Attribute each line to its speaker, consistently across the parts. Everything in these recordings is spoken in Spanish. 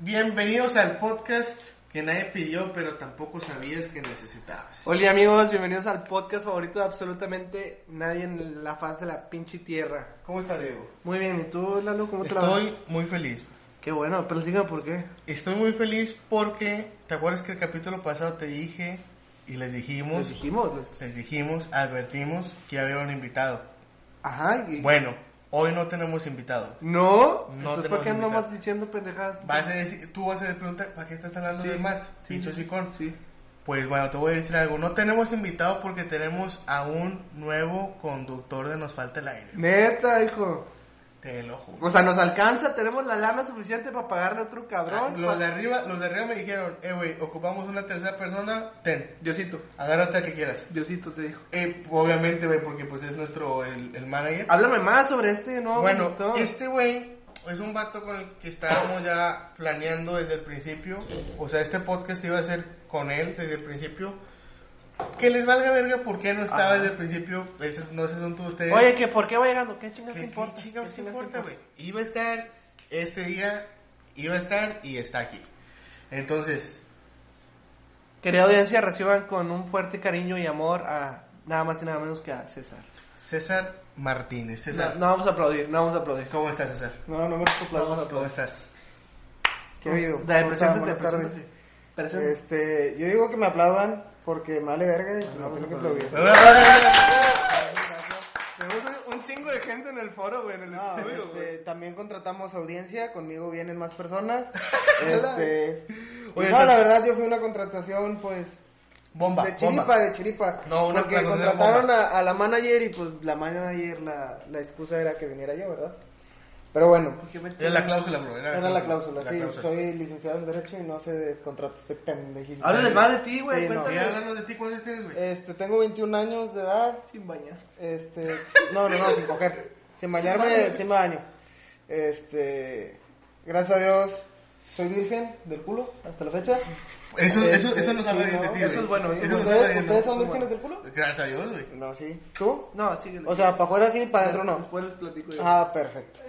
Speaker 1: Bienvenidos al podcast que nadie pidió, pero tampoco sabías que necesitabas.
Speaker 2: Hola amigos, bienvenidos al podcast favorito de absolutamente nadie en la faz de la pinche tierra.
Speaker 1: ¿Cómo estás, Diego?
Speaker 2: Muy bien, ¿y tú, Lalo, cómo te la vas?
Speaker 1: Estoy muy feliz.
Speaker 2: Qué bueno, pero dígame por qué.
Speaker 1: Estoy muy feliz porque, ¿te acuerdas que el capítulo pasado te dije y les dijimos,
Speaker 2: Les dijimos, les-
Speaker 1: les dijimos, advertimos que había un invitado?
Speaker 2: Ajá, y...
Speaker 1: Bueno, hoy no tenemos invitado.
Speaker 2: No,
Speaker 1: No
Speaker 2: entonces
Speaker 1: te
Speaker 2: ¿por
Speaker 1: lo
Speaker 2: qué
Speaker 1: invitaron.
Speaker 2: andamos diciendo pendejadas?
Speaker 1: Vas a decir, tú vas a preguntar, ¿para qué estás hablando
Speaker 2: Sí,
Speaker 1: de más?
Speaker 2: sí,
Speaker 1: Pincho
Speaker 2: sí,
Speaker 1: hocicón.
Speaker 2: Sí.
Speaker 1: Pues bueno, te voy a decir algo. No tenemos invitado porque tenemos a un nuevo conductor de Nos Falta el Aire.
Speaker 2: Neta, hijo.
Speaker 1: Te lo juro.
Speaker 2: O sea, nos alcanza, tenemos la lana suficiente para pagarle a otro
Speaker 1: Ah,
Speaker 2: cabrón.
Speaker 1: Los
Speaker 2: Pa-
Speaker 1: de arriba, los de arriba me dijeron, eh, güey, ocupamos una tercera persona, ten,
Speaker 2: Diosito,
Speaker 1: agárrate al que quieras.
Speaker 2: Diosito te dijo.
Speaker 1: Eh, obviamente, güey, porque pues es nuestro, el, el manager.
Speaker 2: Háblame más sobre este nuevo
Speaker 1: bueno,
Speaker 2: conductor.
Speaker 1: este güey es un vato con el que estábamos ya planeando desde el principio. O sea, este podcast iba a ser con él desde el principio. Que les valga verga por qué no estaba
Speaker 2: Ajá.
Speaker 1: desde el principio. Esos no se son todos ustedes.
Speaker 2: Oye, que por qué va llegando, qué chingas
Speaker 1: ¿Qué-
Speaker 2: te
Speaker 1: qué
Speaker 2: importa. ¿Qué
Speaker 1: chingados
Speaker 2: chingas te
Speaker 1: importa, güey? Iba a estar este día, iba a estar y está aquí. Entonces,
Speaker 2: Querida audiencia, reciban con un fuerte cariño y amor a nada más y nada menos que a César.
Speaker 1: César Martínez.
Speaker 2: No,
Speaker 1: César,
Speaker 2: no vamos a aplaudir, no vamos a aplaudir.
Speaker 1: ¿cómo estás, César?
Speaker 3: No, no
Speaker 2: No
Speaker 3: me
Speaker 2: vamos a
Speaker 3: aplausos.
Speaker 1: ¿Cómo
Speaker 2: aplaudir.
Speaker 1: estás?
Speaker 3: Querido.
Speaker 2: Dale,
Speaker 3: ¿cómo están?
Speaker 2: preséntate,
Speaker 3: Buenas tardes.
Speaker 2: preséntate. Preséntate.
Speaker 3: Este, yo digo que me aplaudan porque me vale verga y no
Speaker 2: vamos
Speaker 3: tengo que
Speaker 2: a aplaudir.
Speaker 3: aplaudir.
Speaker 2: Tenemos un chingo de gente en el foro, güey, en el
Speaker 3: No,
Speaker 2: estudio,
Speaker 3: este,
Speaker 2: güey.
Speaker 3: también contratamos audiencia, conmigo vienen más personas. Este, y
Speaker 1: Oye,
Speaker 3: no,
Speaker 1: Fer-
Speaker 3: la verdad yo fui una contratación pues
Speaker 1: Bomba,
Speaker 3: de
Speaker 1: Ah, bomba.
Speaker 3: chiripa, de chiripa.
Speaker 1: No, una
Speaker 3: porque
Speaker 1: contratación
Speaker 3: contrataron
Speaker 1: bomba.
Speaker 3: a, a la manager y pues la manager la, la excusa era que viniera yo, ¿verdad? Pero bueno, pues,
Speaker 2: Porque me-
Speaker 1: Era la cláusula, bro. Era,
Speaker 3: era la cláusula,
Speaker 1: La
Speaker 3: sí,
Speaker 1: cláusula.
Speaker 3: soy licenciado en Derecho y no sé de este contratos de pendejísimo.
Speaker 2: Háblales más de ti, güey,
Speaker 3: Sí, no.
Speaker 1: Mira,
Speaker 2: cuéntale.
Speaker 1: hablando de ti, ¿cuántos tienes, güey?
Speaker 3: Este, tengo 21 años de edad,
Speaker 2: Sin bañar.
Speaker 3: Este, no, no, no, sin coger. Sin bañarme, sin baño. Este, gracias a Dios, soy virgen del culo hasta la fecha.
Speaker 1: Eso, eso,
Speaker 3: este,
Speaker 1: eso nos habla
Speaker 3: sí,
Speaker 1: bien de
Speaker 3: no,
Speaker 1: ti,
Speaker 3: eso
Speaker 1: güey.
Speaker 2: es bueno,
Speaker 1: Eso
Speaker 2: ¿eh?
Speaker 1: nos habla
Speaker 3: ¿Ustedes,
Speaker 1: bien,
Speaker 3: ¿ustedes
Speaker 1: ¿no?
Speaker 3: son vírgenes del culo?
Speaker 1: Gracias a Dios, güey.
Speaker 3: No, sí. ¿Tú?
Speaker 2: No, síguele.
Speaker 3: O sea, para afuera sí, para adentro no.
Speaker 2: Después les platico yo.
Speaker 3: Ah, perfecto.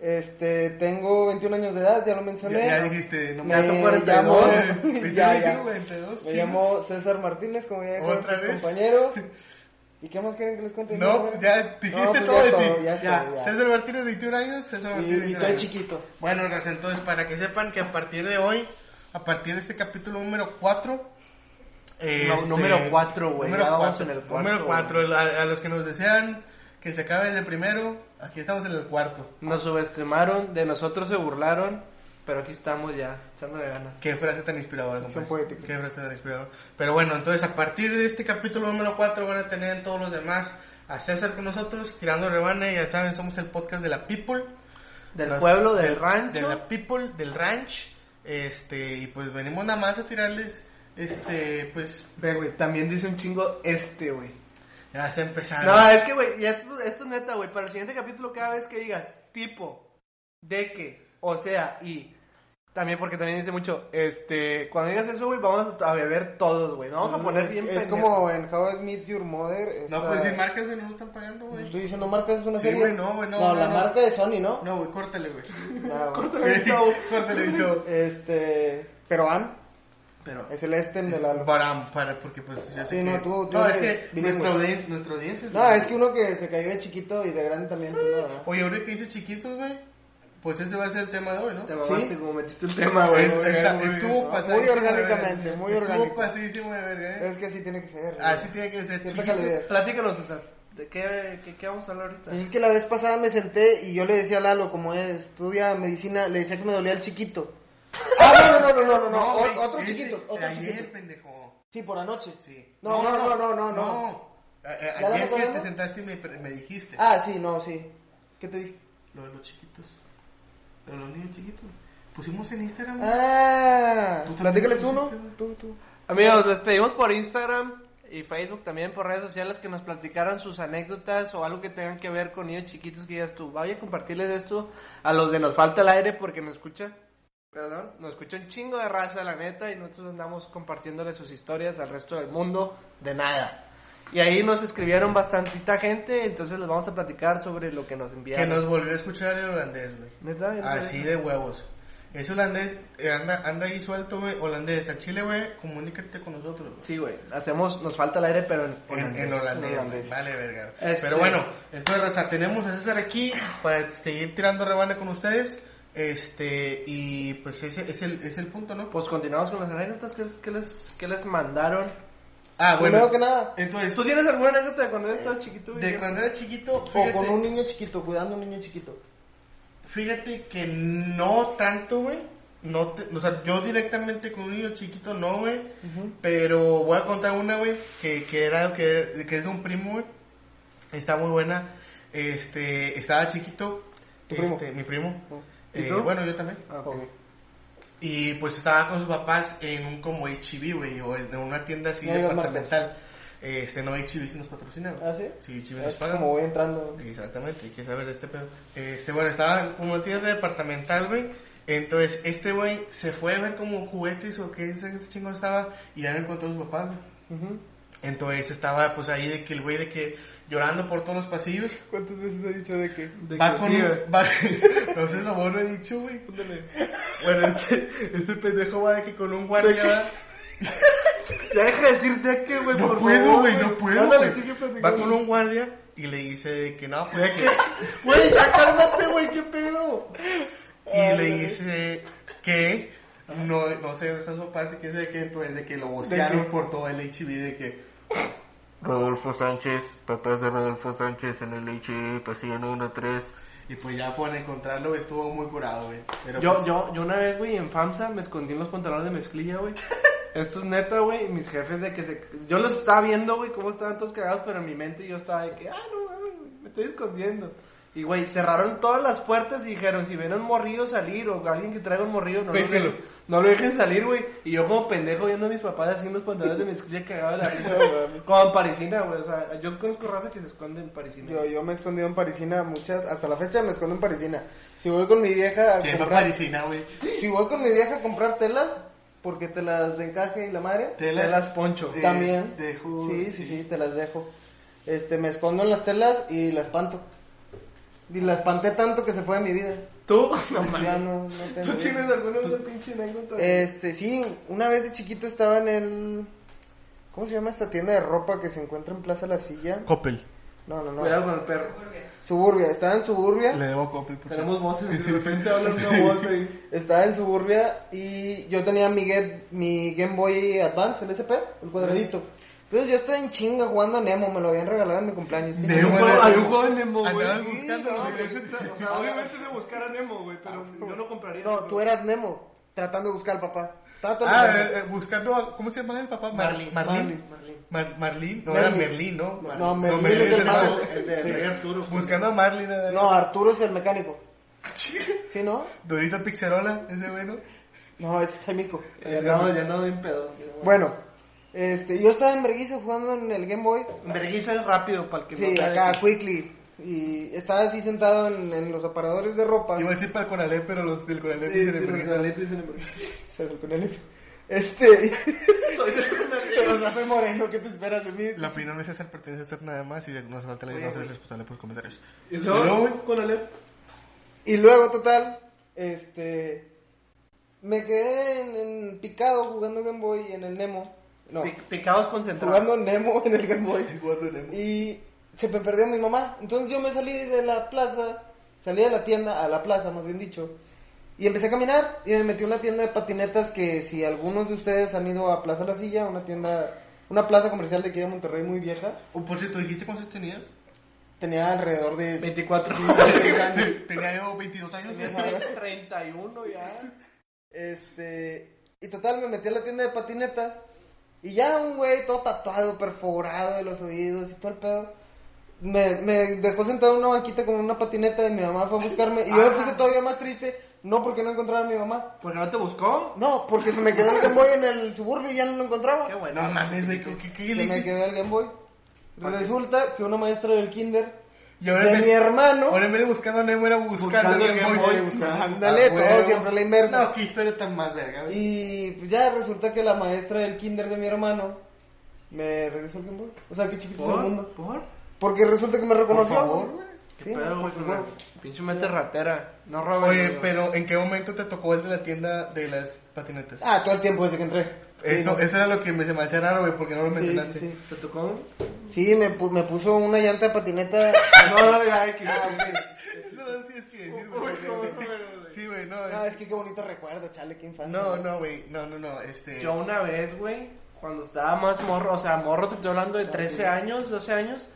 Speaker 3: Este, tengo 21 años de edad, ya lo mencioné.
Speaker 1: Ya, ya dijiste, no
Speaker 3: Me
Speaker 1: me
Speaker 3: llamo-
Speaker 1: Me
Speaker 3: ya,
Speaker 1: llamo
Speaker 3: ya.
Speaker 1: 92,
Speaker 3: Me
Speaker 1: chicos.
Speaker 3: llamo César Martínez, como ya dijeron
Speaker 1: ¿Otra
Speaker 3: mis
Speaker 1: vez?
Speaker 3: compañeros. ¿Y qué más quieren que les cuente?
Speaker 1: No, ya dijiste
Speaker 3: No, pues
Speaker 1: todo
Speaker 3: ya
Speaker 1: de
Speaker 3: todo,
Speaker 1: ti.
Speaker 3: ya estoy, ya.
Speaker 1: César Martínez, 21 años. César
Speaker 3: Y,
Speaker 1: Martínez,
Speaker 3: y
Speaker 1: 21
Speaker 3: estoy
Speaker 1: años.
Speaker 3: chiquito.
Speaker 1: Bueno, gracias. Entonces, para que sepan que a partir de hoy, a partir de este capítulo número 4.
Speaker 2: No, número cuatro, güey, ya vamos en el cuarto,
Speaker 1: Número 4. A, a los que nos desean que se acabe de primero, aquí estamos en el cuarto.
Speaker 2: Nos subestimaron, de nosotros se burlaron, pero aquí estamos ya, echándole ganas.
Speaker 1: Qué frase tan inspiradora, compadre.
Speaker 3: Son poéticos.
Speaker 1: Qué frase tan inspiradora. Pero bueno, entonces a partir de este capítulo número 4 van a tener en todos los demás a César con nosotros, tirando rebana, ya saben, somos el podcast de la People.
Speaker 2: Del
Speaker 1: Nos-
Speaker 2: pueblo, del,
Speaker 1: del- De
Speaker 2: rancho.
Speaker 1: la People, del ranch. Este, y pues venimos nada más a tirarles, este, pues,
Speaker 2: Ve, güey, también dice un chingo este, güey.
Speaker 1: ya se empezaron.
Speaker 2: No, es que, güey, ya esto, esto es neta, güey. Para el siguiente capítulo, cada vez que digas tipo, de que, o sea, y. También porque también dice mucho, este, cuando digas eso, güey, vamos a beber todos, güey. Vamos a poner bien
Speaker 3: Mm, Es
Speaker 2: pendejos.
Speaker 3: como en How I Meet Your Mother.
Speaker 1: no,
Speaker 3: esta-
Speaker 1: pues si marcas, güey, no nos están pagando,
Speaker 3: No
Speaker 1: güey.
Speaker 3: Estoy diciendo marcas, es una
Speaker 1: Sí,
Speaker 3: serie.
Speaker 1: güey, no, güey, no, no,
Speaker 3: la
Speaker 1: no.
Speaker 3: marca de Sony, ¿no? Ah,
Speaker 1: No, güey, córtale, güey.
Speaker 3: No, güey.
Speaker 2: Córtale el show.
Speaker 1: Córtale el show.
Speaker 3: Este. Peruán.
Speaker 2: Pero.
Speaker 3: Es el este de
Speaker 1: Es
Speaker 3: la.
Speaker 1: Para, para, porque pues yo sé
Speaker 3: Sí,
Speaker 1: que...
Speaker 3: no, tú- tú
Speaker 1: no, es
Speaker 3: eres
Speaker 1: que
Speaker 3: bilingüe.
Speaker 1: nuestra, audien- nuestra audiencia...
Speaker 3: No, es que uno que se cayó de chiquito y de grande también. pues, no, ¿verdad?
Speaker 1: Oye, ahorita que dices chiquitos, güey, pues ese va a ser el tema de hoy, ¿no?
Speaker 2: Te mamaste
Speaker 3: ¿Sí?
Speaker 2: como metiste el tema, güey.
Speaker 1: Es-
Speaker 2: muy bien,
Speaker 1: está-
Speaker 2: muy bien.
Speaker 1: estuvo
Speaker 3: ¿no?
Speaker 1: pasadísimo
Speaker 3: Muy
Speaker 1: de
Speaker 3: orgánicamente,
Speaker 1: verga.
Speaker 3: muy
Speaker 1: Estuvo
Speaker 3: orgánico.
Speaker 1: pasadísimo de verga, ¿eh?
Speaker 3: Es que así tiene que ser. ¿no?
Speaker 1: Así tiene que ser.
Speaker 3: Cierta
Speaker 1: chiquito.
Speaker 3: calidez.
Speaker 2: Platícanos, César. ¿De qué, qué, qué vamos a hablar ahorita?
Speaker 3: Pues es que la vez pasada me senté y yo le decía a Lalo, como es, estudia medicina, le decía que me dolía el chiquito. Ah, no, no, no, no, no, no, o-
Speaker 1: güey,
Speaker 3: otro
Speaker 1: ese-
Speaker 3: chiquito, otro
Speaker 1: ayer,
Speaker 3: chiquito.
Speaker 1: pendejo.
Speaker 3: Sí, por anoche.
Speaker 1: Sí.
Speaker 3: No, no, no, no, no, no.
Speaker 1: A- a-
Speaker 3: ¿Ya la Ah.
Speaker 1: ayer que
Speaker 3: recuerdo?
Speaker 1: te sentaste y me, pre- me dijiste.
Speaker 3: Ah, sí, no, sí. ¿Qué te dije?
Speaker 1: Lo de los chiquitos. Lo de los niños chiquitos. Pusimos en Instagram.
Speaker 3: Ah,
Speaker 1: Tú también
Speaker 3: platícales tú, ¿no?
Speaker 1: pusiste, güey.
Speaker 3: Tú, tú.
Speaker 2: Amigos, les pedimos por Instagram y Facebook también por redes sociales que nos platicaran sus anécdotas o algo que tengan que ver con niños chiquitos que digas tú, vaya a compartirles esto a los de nos falta el aire porque nos escucha, perdón, nos escucha un chingo de raza la neta y nosotros andamos compartiéndoles sus historias al resto del mundo de nada. Y ahí nos escribieron bastantita gente, entonces les vamos a platicar sobre lo que nos
Speaker 1: Que
Speaker 2: enviaron.
Speaker 1: nos volvió a escuchar el holandés, güey.
Speaker 2: ¿Neta? Yo no sabía
Speaker 1: Así
Speaker 2: eso.
Speaker 1: de huevos. Ese holandés eh, anda, anda ahí suelto, güey. Holandés, al chile, güey, comunícate con nosotros. güey.
Speaker 2: Sí, güey, hacemos, nos falta el aire, pero en,
Speaker 1: En, en holandés,
Speaker 3: holandés.
Speaker 1: güey. vale verga.
Speaker 2: Este-
Speaker 1: Pero bueno, entonces raza, tenemos a César aquí para seguir tirando rebane con ustedes. Este, y pues ese es el, es el punto, ¿no?
Speaker 2: Pues continuamos con las anécdotas que, que, les, que les mandaron.
Speaker 1: Ah,
Speaker 3: Primero que nada,
Speaker 1: Entonces,
Speaker 2: ¿Tú tienes alguna anécdota de cuando estabas chiquito? güey?
Speaker 1: de cuando era chiquito,
Speaker 3: o
Speaker 1: fíjate,
Speaker 3: con un niño chiquito, cuidando a un niño chiquito.
Speaker 1: fíjate que no tanto, güey. No te- o sea, yo directamente con un niño chiquito no, güey. Pero voy a contar una, güey, que, que era, que, que es de un primo, güey. Está muy buena. Este, estaba chiquito.
Speaker 3: ¿Tu primo?
Speaker 1: este, mi primo.
Speaker 2: ¿Y
Speaker 1: Eh,
Speaker 2: tú?
Speaker 1: bueno, yo también.
Speaker 2: Ah, ok.
Speaker 1: Y pues estaba con sus papás en un como HB, güey, o en una tienda así
Speaker 3: No digas
Speaker 1: departamental. Este, no, HB sí nos patrocina, güey.
Speaker 3: ¿Ah, sí?
Speaker 1: Sí, HB nos
Speaker 3: Es
Speaker 1: paga.
Speaker 3: como voy entrando.
Speaker 1: Exactamente, hay que saber de este pedo. Este, bueno, estaba como una tienda departamental, güey. Entonces, este güey se fue a ver como juguetes o qué es este chingo estaba y ya no encontró a sus papás, güey.
Speaker 3: Ujú.
Speaker 1: Entonces estaba pues ahí de que el güey de que llorando por todos los pasillos.
Speaker 3: ¿Cuántas veces has dicho de qué?
Speaker 1: Va con va, no sé, lo bueno he dicho, güey. Bueno, este, este pendejo va de que con un guardia, ¿verdad?
Speaker 2: Ya deja de decir de qué, güey,
Speaker 1: No
Speaker 2: por
Speaker 1: puedo,
Speaker 2: favor,
Speaker 1: güey, no puedo.
Speaker 2: Ándale,
Speaker 1: güey.
Speaker 2: sigue platicando.
Speaker 1: Va con un guardia y le dice de que no, pues que.
Speaker 2: Güey, ya cálmate, güey, qué pedo.
Speaker 1: Y le dice que no, no sé, esas papás y que sé que entonces de que lo vocearon por todo el HIV de que Rodolfo Sánchez, papás de Rodolfo Sánchez en el HIV, pasillo 113. Y pues ya por encontrarlo estuvo muy curado, güey. Pero
Speaker 2: Yo,
Speaker 1: pues,
Speaker 2: yo, yo una vez, güey, en FAMSA me escondí en los pantalones de mezclilla, güey. Esto es neta, güey. y Mis jefes de que se. Yo los estaba viendo, güey, cómo estaban todos cagados, pero en mi mente yo estaba de que, ah, no, mames, güey, me estoy escondiendo. Y, güey, cerraron todas las puertas y dijeron: si ven a un morrillo salir o alguien que traiga un morrillo, no, lo
Speaker 1: Pésquelo.
Speaker 2: dejen, no lo dejen salir, güey. Y yo, como pendejo, viendo a mis papás así en los pantalones de mezclilla cagado de la risa, güey. Como en parisina, güey. O sea, yo conozco raza que se esconde en parisina.
Speaker 3: Yo, yo me he escondido en Parisina muchas, hasta la fecha me escondo en Parisina. Si voy con mi vieja a
Speaker 1: que no
Speaker 3: comprar,
Speaker 1: parisina, güey.
Speaker 3: si voy con mi vieja a comprar telas, porque te las de encaje y la madre,
Speaker 1: Telas.
Speaker 2: Telas poncho.
Speaker 1: Sí.
Speaker 3: también.
Speaker 1: te dejo-
Speaker 3: sí, sí,
Speaker 1: sí.
Speaker 3: sí, te las dejo. Este, me escondo en las telas y la espanto. Y la espanté tanto que se fue de mi vida.
Speaker 2: ¿Tú? No
Speaker 3: Ya
Speaker 2: mames.
Speaker 3: no, no tengo
Speaker 2: ¿Tú
Speaker 3: vida.
Speaker 2: tienes alguna otra pinche anécdota?
Speaker 3: Este, sí, una vez de chiquito estaba en el... ¿Cómo se llama esta tienda de ropa que se encuentra en Plaza La Silla?
Speaker 1: Coppel.
Speaker 3: No, no, no.
Speaker 2: Cuidado con el perro.
Speaker 3: Suburbia, estaba en Suburbia.
Speaker 1: Le debo Coppel. por favor.
Speaker 2: Tenemos voces, de repente hablan una voz ahí.
Speaker 3: Estaba en Suburbia y yo tenía mi, Get- mi Game Boy Advance, el SP, el cuadradito. Entonces yo estaba en chinga jugando a Nemo, me lo habían regalado en mi cumpleaños.
Speaker 1: Nemo,
Speaker 2: Hay un
Speaker 1: güey.
Speaker 2: juego- hay un juego de Nemo, güey.
Speaker 1: Andabas
Speaker 3: Sí,
Speaker 1: buscando,
Speaker 3: no,
Speaker 1: güey.
Speaker 3: pues,
Speaker 2: O sea, obviamente es de buscar a Nemo, güey, pero yo no compraría.
Speaker 3: No, tú eras Nemo, tratando de buscar al papá. Estaba todo
Speaker 1: Ah,
Speaker 3: el-
Speaker 1: eh, eh, buscando, a- ¿cómo se llama el papá?
Speaker 2: Marlin.
Speaker 1: Marlin.
Speaker 2: Marlin.
Speaker 1: Mar- Marlin. No,
Speaker 3: Merlin.
Speaker 1: era Merlin, ¿no?
Speaker 3: No,
Speaker 1: No,
Speaker 3: Merlin
Speaker 1: Merlin
Speaker 3: es el
Speaker 1: es el
Speaker 3: mago.
Speaker 1: mago.
Speaker 2: El de-
Speaker 3: Sí.
Speaker 2: el de Arturo.
Speaker 1: Buscando a Marlin. eh.
Speaker 3: No, Arturo es el mecánico. ¿Sí, no?
Speaker 1: Dorito Pixerola, ese bueno.
Speaker 3: No, es Jamico.
Speaker 2: Eh, Ya no, ya no en pedos.
Speaker 3: Bueno, este, yo estaba en Berguice jugando en el Game Boy.
Speaker 2: Verguiza es rápido para el que
Speaker 3: Sí,
Speaker 2: no sabe.
Speaker 3: acá, quickly. Y estaba así sentado en, en los aparadores de ropa.
Speaker 1: Iba a decir para el Conalep, pero los del Conalep
Speaker 2: Sí, sí,
Speaker 1: dicen
Speaker 2: los
Speaker 1: hamburguesa.
Speaker 2: canaletes dicen hamburguesa.
Speaker 3: Se acercó en el- Este.
Speaker 2: Soy de canaletes.
Speaker 3: Pero no soy moreno, ¿qué te esperas de mí?
Speaker 1: La opinión de César pertenece a César nada más y de- nos falta la
Speaker 2: Oye,
Speaker 1: no soy
Speaker 2: güey.
Speaker 1: responsable por los comentarios.
Speaker 2: Y
Speaker 1: Luego,
Speaker 2: luego,
Speaker 1: güey.
Speaker 2: con Alep.
Speaker 3: Y luego, total, este. Me quedé en, en picado jugando Game Boy en el Nemo. No,
Speaker 2: Pic- Picados concentrados.
Speaker 3: jugando Nemo en el Game Boy.
Speaker 1: Jugando Nemo.
Speaker 3: Y se me perdió mi mamá. Entonces yo me salí de la plaza, salí de la tienda, a la plaza más bien dicho, y empecé a caminar y me metí en una tienda de patinetas que si algunos de ustedes han ido a Plaza La Silla, una tienda, una plaza comercial de aquí de Monterrey muy vieja,
Speaker 1: O por cierto, ¿dijiste cuántos tenías?
Speaker 3: tenía alrededor de
Speaker 2: 24.
Speaker 1: Tenía yo 22 años. güey.
Speaker 2: 31 ya.
Speaker 3: Este, y total, me metí a la tienda de patinetas. Y ya un güey todo tatuado, perforado de los oídos y todo el pedo. Me, me dejó sentado en una banquita con una patineta y mi mamá fue a buscarme. Y yo me puse todavía más triste No porque no encontraba a mi mamá.
Speaker 2: Porque no te buscó.
Speaker 3: No, porque se me quedó el Game Boy en el suburbio y ya no lo encontraba.
Speaker 2: Qué bueno.
Speaker 1: No mames, güey, ¿qué, qué, qué
Speaker 3: Se
Speaker 1: le
Speaker 3: me
Speaker 1: hiciste?
Speaker 3: quedó el Game Boy. Resulta que una maestra del kinder
Speaker 1: Y
Speaker 3: de
Speaker 1: en
Speaker 3: mi
Speaker 1: vez-
Speaker 3: hermano.
Speaker 1: Ahora en vez de buscando a Nemo era buscando,
Speaker 2: Buscando
Speaker 1: el
Speaker 2: el
Speaker 1: Game
Speaker 2: Game
Speaker 1: Boy.
Speaker 2: Boy, buscando.
Speaker 3: Ándale,
Speaker 1: Ah,
Speaker 3: todo
Speaker 1: huevo.
Speaker 3: siempre la inversa.
Speaker 1: No, qué historia tan más verga, güey.
Speaker 3: Y pues, ya resulta que la maestra del kinder de mi hermano me regresó el Game Boy. O sea, qué chiquito es el mundo.
Speaker 2: ¿Por? ¿Por?
Speaker 3: Porque resulta que me reconoció.
Speaker 1: favor, güey.
Speaker 3: Sí,
Speaker 2: ¿Qué pedo,
Speaker 3: no,
Speaker 2: güey,
Speaker 3: por
Speaker 2: con la
Speaker 3: favor.
Speaker 2: pinche maestra ratera. No roba.
Speaker 1: Oye,
Speaker 2: güey.
Speaker 1: pero ¿en qué momento te tocó el de la tienda de las patinetas?
Speaker 3: Ah, todo el tiempo desde que entré.
Speaker 1: eso,
Speaker 3: sí,
Speaker 1: eso era lo que me, se me hacía raro, güey, porque no lo
Speaker 3: no. Sí,
Speaker 1: mencionaste.
Speaker 3: sí,
Speaker 2: ¿Te tocó? un-
Speaker 3: sí. Sí, me, pu- me puso una llanta de patineta.
Speaker 2: No, no, ya, X.
Speaker 1: Eso no tienes que decir,
Speaker 2: Uy,
Speaker 1: güey.
Speaker 2: no,
Speaker 1: porque-
Speaker 2: no, güey.
Speaker 1: Sí, güey, no.
Speaker 3: no,
Speaker 1: es-
Speaker 3: es que qué bonito recuerdo, chale, qué infancia.
Speaker 1: No, no, güey. No, no, no. Este.
Speaker 2: Yo una vez, güey, cuando estaba más morro, o sea, morro te estoy hablando de 13 años, 12 años,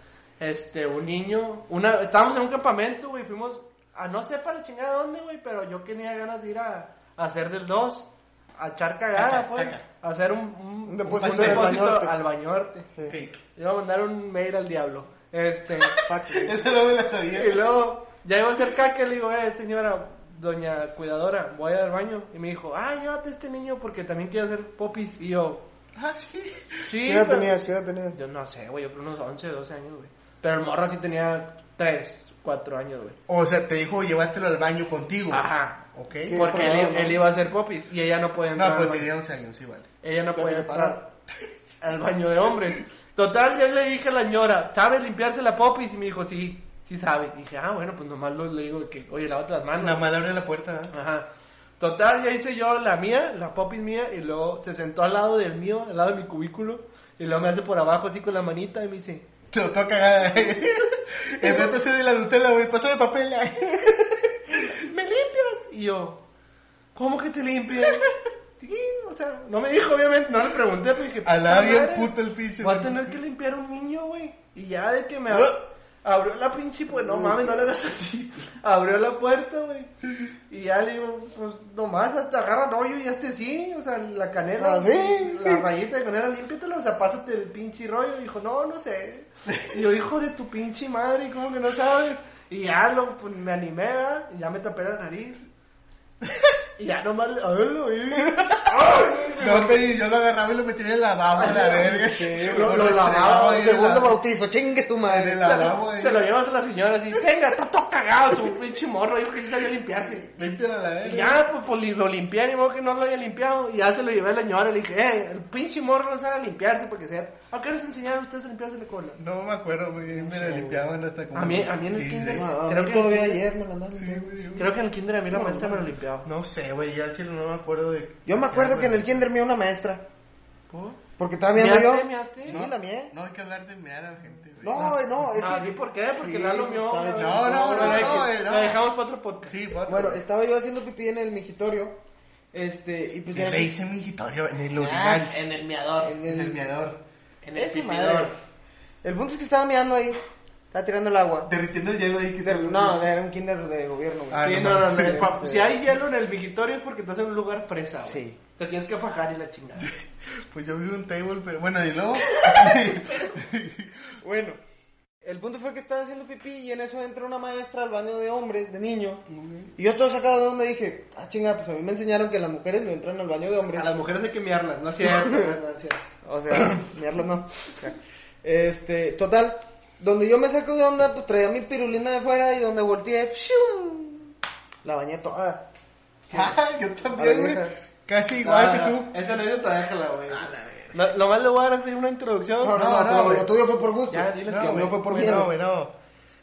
Speaker 2: este, un niño, una, estábamos en un campamento, güey, fuimos a no sé para chingada dónde, güey, pero yo tenía ganas de ir a, a hacer del 2, a echar cagada,
Speaker 1: Ajá,
Speaker 2: pues,
Speaker 1: ajá.
Speaker 2: a hacer un, un-
Speaker 3: Un depósito
Speaker 2: un
Speaker 3: al
Speaker 2: depósito
Speaker 3: Bañorte.
Speaker 2: al bañorte.
Speaker 3: Sí.
Speaker 1: Sí.
Speaker 2: Iba a mandar un mail al diablo, este...
Speaker 1: Esa no me la sabía.
Speaker 2: Y luego, ya iba a hacer caca, le digo, eh, señora, doña cuidadora, voy al baño. Y me dijo, ah, llévate a este niño porque también quiero hacer popis. Y yo,
Speaker 1: Ah, sí.
Speaker 2: sí.
Speaker 3: ¿Qué edad
Speaker 2: pero-".
Speaker 3: tenías? ¿Qué edad tenías?
Speaker 2: Yo no sé, güey, yo creo unos 11, 12 años, güey. Pero el morro sí tenía 3, 4 años, güey.
Speaker 1: O sea, te dijo llévatelo al baño contigo.
Speaker 2: Ajá.
Speaker 1: Ok.
Speaker 3: ¿Qué?
Speaker 2: Porque él,
Speaker 3: problema?
Speaker 2: él iba a hacer popis y ella no podía entrar.
Speaker 1: No,
Speaker 2: al
Speaker 1: pues
Speaker 2: baño.
Speaker 1: tenía 11 años, sí, vale.
Speaker 2: Ella no
Speaker 3: Ya
Speaker 2: podía
Speaker 3: se
Speaker 2: entrar al baño de hombres. Total, yo le dije a la señora, ¿sabes limpiarse la popis? Y me dijo, sí, sí sabe. Y dije, ah, bueno, pues nomás lo- le digo que, oye, lávate las manos.
Speaker 1: Nada más le abre la puerta. ¿eh?
Speaker 2: Ajá. Total, ya hice yo la mía, la popis mía, y luego se sentó al lado del mío, al lado de mi cubículo, y luego me hace por abajo así con la manita y me dice,
Speaker 1: Te lo toca cagar. Enfrente de la Nutella, güey. Pásame papel. ay.
Speaker 2: ¿me limpias? Y yo, ¿cómo que te limpias? sí, o sea, no me dijo obviamente, no le pregunté, pero dije,
Speaker 1: Alaba
Speaker 2: "Puta
Speaker 1: bien
Speaker 2: madre,
Speaker 1: puto el pinche
Speaker 2: Voy a
Speaker 1: niño".
Speaker 2: tener que limpiar un niño, güey. Y ya de que me
Speaker 3: Ah.
Speaker 2: ab- abrió la pinche, pues no mames, no le hagas así. Abrió la puerta, güey. Y ya le digo, pues nomás, hasta agarra rollo y este sí, o sea, la canela.
Speaker 3: Ah, ¿sí?
Speaker 2: La rayita de canela, límpiatela, o sea, pásate el pinche rollo. Dijo, no, no sé. Y yo, hijo de tu pinche madre, ¿cómo que no sabes? Y ya lo, pues, me animé, ¿verdad? y ya me tapé la nariz. Y ya nomás, a verlo,
Speaker 1: No, pedí, yo lo agarraba y lo metía en el lavabo, a la verga.
Speaker 2: lo- lo
Speaker 1: estrenaba,
Speaker 2: lavaba, el
Speaker 3: Segundo
Speaker 1: la-
Speaker 3: bautizo, chingue su madre.
Speaker 1: En el-
Speaker 2: Se
Speaker 1: lavabo,
Speaker 2: lo,
Speaker 1: eh.
Speaker 2: se lo llevas a la señora así, venga, está todo cagado su pinche morro, yo que sí sabía limpiarse.
Speaker 1: Límpiala la
Speaker 2: Y
Speaker 1: verga.
Speaker 2: ya, pues, pues, li- lo limpié, ni modo que no lo haya limpiado, y ya se lo llevé a la señora, le dije, eh, el pinche morro no sabe limpiarse porque sea, ¿a qué les enseñaron ustedes a limpiarse la cola?
Speaker 1: No me acuerdo, güey. Me la limpiaban hasta como.
Speaker 2: A mí- a mí en el
Speaker 1: 16.
Speaker 2: kinder-
Speaker 3: No, a
Speaker 2: Creo
Speaker 3: mí
Speaker 2: que-
Speaker 3: todavía ayer me la andaban
Speaker 1: Sí,
Speaker 3: limpiando.
Speaker 1: güey.
Speaker 2: Creo que en el kinder a mí la maestra me lo limpiaba.
Speaker 1: No sé, güey. Ya al chile no me acuerdo de.
Speaker 3: Yo me acuerdo
Speaker 1: Ya,
Speaker 3: que en
Speaker 1: güey.
Speaker 3: el kinder me una maestra.
Speaker 2: ¿Por?
Speaker 3: Porque estaba viendo
Speaker 2: ¿Measte,
Speaker 3: yo.
Speaker 2: measte?
Speaker 3: Sí, la mía.
Speaker 1: No hay que hablar de mear a la gente, güey.
Speaker 3: No, no, es
Speaker 2: Ah,
Speaker 3: que
Speaker 2: ¿y por qué? Porque
Speaker 3: Sí,
Speaker 2: Lalo mió.
Speaker 3: está de-
Speaker 2: güey.
Speaker 1: No, no, no,
Speaker 2: Pero
Speaker 1: no,
Speaker 2: X,
Speaker 1: no.
Speaker 2: La dejamos para otro podcast.
Speaker 1: Sí, vato.
Speaker 3: Bueno, estaba yo haciendo pipí en el migitorio. Este, y pues ya.
Speaker 1: Le hice mi gitorio en el
Speaker 3: Ah,
Speaker 1: urinal.
Speaker 2: En el miador.
Speaker 3: en
Speaker 1: En el
Speaker 3: el,
Speaker 1: miador.
Speaker 2: En el
Speaker 3: ese
Speaker 2: pipidor.
Speaker 3: madre. el punto es que estaba meando ahí. Estaba tirando el agua.
Speaker 1: Derritiendo el hielo ahí que se.
Speaker 3: No, era un kinder de gobierno. güey.
Speaker 1: Ah,
Speaker 2: Sí,
Speaker 1: no
Speaker 2: no, no,
Speaker 1: mames.
Speaker 2: no, pa- Si hay hielo en el vigitorio es porque estás en un lugar fresa, güey.
Speaker 3: Sí.
Speaker 2: Te tienes que fajar y la chingada.
Speaker 1: Pues yo vi un table, pero bueno, y luego.
Speaker 3: Bueno, el punto fue que estaba haciendo pipí y en eso entra una maestra al baño de hombres, de niños. Y yo todo sacado de donde dije, ah, chinga, pues a mí me enseñaron que las mujeres no entran al baño de hombres.
Speaker 2: A las mujeres hay que miarlas, no es cierto, no es cierto.
Speaker 3: O sea, mirarlo no. Este, total, donde yo me saco de onda, pues traía mi pirulina de fuera y donde volteé, ¡shum! La bañé toda.
Speaker 1: Ah, yo
Speaker 3: A Ah. ver,
Speaker 1: también, güey.
Speaker 3: deja.
Speaker 1: Casi
Speaker 2: No,
Speaker 1: igual que
Speaker 2: no,
Speaker 1: tú.
Speaker 2: Esa anécdota déjala, güey.
Speaker 3: Ah,
Speaker 2: Lo, lo más le voy a dar así una introducción.
Speaker 3: No, no,
Speaker 1: no,
Speaker 3: no,
Speaker 1: no,
Speaker 3: pero
Speaker 1: güey.
Speaker 3: lo tuyo fue por gusto.
Speaker 2: Ya, diles que
Speaker 3: no,
Speaker 2: güey.
Speaker 3: fue por
Speaker 1: Güey,
Speaker 3: miedo.
Speaker 1: No, güey, no.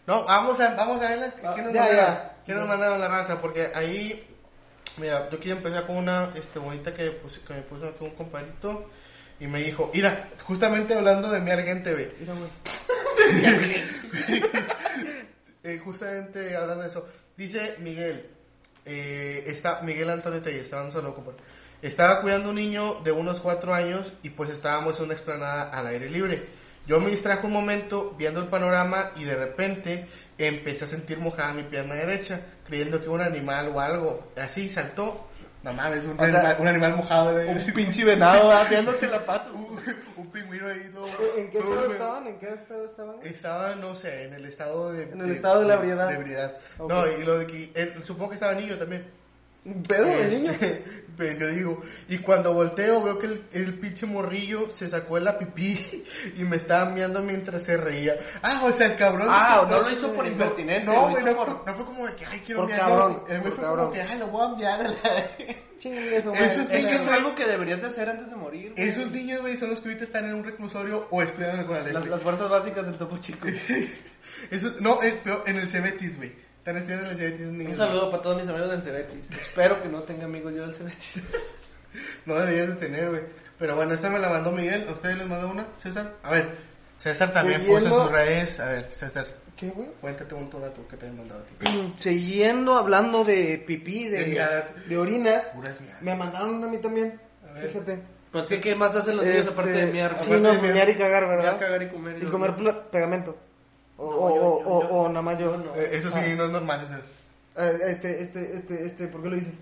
Speaker 1: No, vamos a, vamos a ver las que,
Speaker 2: Ah,
Speaker 1: que nos
Speaker 3: ya,
Speaker 1: mandaron.
Speaker 3: ya.
Speaker 1: que nos mandaron la raza, porque ahí, mira, yo quiero empezar con una este, bonita que, pus- que me puso aquí un compadrito y me dijo, mira, justamente hablando de mi argente, güey,
Speaker 3: Mira, güey.
Speaker 1: eh, justamente hablando de eso, dice Miguel, eh, está Miguel Antonio Tello, estaba un saludo, compadre. Estaba cuidando un niño de unos cuatro años y pues estábamos en una explanada al aire libre. Yo me distraje un momento viendo el panorama y de repente empecé a sentir mojada mi pierna derecha, creyendo que un animal o algo así saltó. No mames, un,
Speaker 2: O sea,
Speaker 1: animal, un animal mojado. de-
Speaker 2: Un pinche venado va viéndote la pata.
Speaker 1: un, un pingüino ahí todo.
Speaker 3: ¿En qué
Speaker 1: todo-
Speaker 3: estado estaban? ¿En qué estado estaban?
Speaker 1: estaba, no sé, en el estado de...
Speaker 3: En el estado de la ebriedad.
Speaker 1: de eh, ebriedad.
Speaker 3: Ok.
Speaker 1: No, y lo de que... él- supongo que estaba niño también.
Speaker 3: Un pedo
Speaker 2: Eh,
Speaker 3: el niño.
Speaker 1: Pero yo digo, y cuando volteo veo que el, el pinche morrillo se sacó la pipí y me estaba mirando mientras se reía. Ah, o sea, el cabrón.
Speaker 2: Ah,
Speaker 1: de-
Speaker 2: no lo hizo por impertinente,
Speaker 1: No,
Speaker 2: lo
Speaker 1: güey,
Speaker 2: hizo
Speaker 1: no, fue,
Speaker 2: por-
Speaker 1: no fue como de que, ay, quiero
Speaker 3: por
Speaker 1: miar.
Speaker 3: cabrón,
Speaker 1: El güey
Speaker 3: por
Speaker 1: fue
Speaker 3: cabrón.
Speaker 1: como que, ay, lo voy a enviar a la.
Speaker 3: Chingue
Speaker 1: Eso
Speaker 3: su madre.
Speaker 1: es
Speaker 2: Es que
Speaker 1: Pero-
Speaker 2: es algo que deberías de hacer antes de morir. güey.
Speaker 1: Esos niños, güey, son los que ahorita están en un reclusorio o estudiando con la
Speaker 2: Las, las fuerzas básicas del topo chico.
Speaker 1: Eso, no, es peor, en el Cebetis, güey. Están estudiando en el Cebetis esos niños.
Speaker 2: Un saludo para todos mis amigos del Cebetis. Espero que no tenga amigos yo del Cebetis.
Speaker 1: No deberías de tener, güey. Pero bueno, esta me la mandó Miguel. ¿A ustedes les mandó una, César? A ver, César también puso en
Speaker 3: Siguiendo-
Speaker 1: sus redes. A ver, César,
Speaker 3: ¿Qué, güey?
Speaker 1: cuéntate un dato que te han mandado a ti.
Speaker 3: Mm. Siguiendo hablando de pipí,
Speaker 1: De
Speaker 3: de,
Speaker 1: miadas.
Speaker 3: de orinas,
Speaker 1: Puras mías.
Speaker 3: me mandaron una a mí también.
Speaker 1: A ver.
Speaker 3: Fíjate.
Speaker 2: Pues que qué más hacen los niños
Speaker 3: Este,
Speaker 2: aparte de miar.
Speaker 3: Sí,
Speaker 2: güey?
Speaker 1: Aparte
Speaker 3: no,
Speaker 1: de miar.
Speaker 3: mear y cagar, ¿verdad?
Speaker 2: Miar, cagar y comer.
Speaker 3: Y comer pla- pegamento. O,
Speaker 2: No,
Speaker 3: o,
Speaker 2: yo-
Speaker 3: o,
Speaker 2: yo-
Speaker 3: o,
Speaker 2: yo-
Speaker 3: o nada más yo.
Speaker 2: yo no.
Speaker 1: Eh, eso sí,
Speaker 3: Ah.
Speaker 1: no es normal, César.
Speaker 3: Eh, Este, este, este, este, ¿por qué lo dices?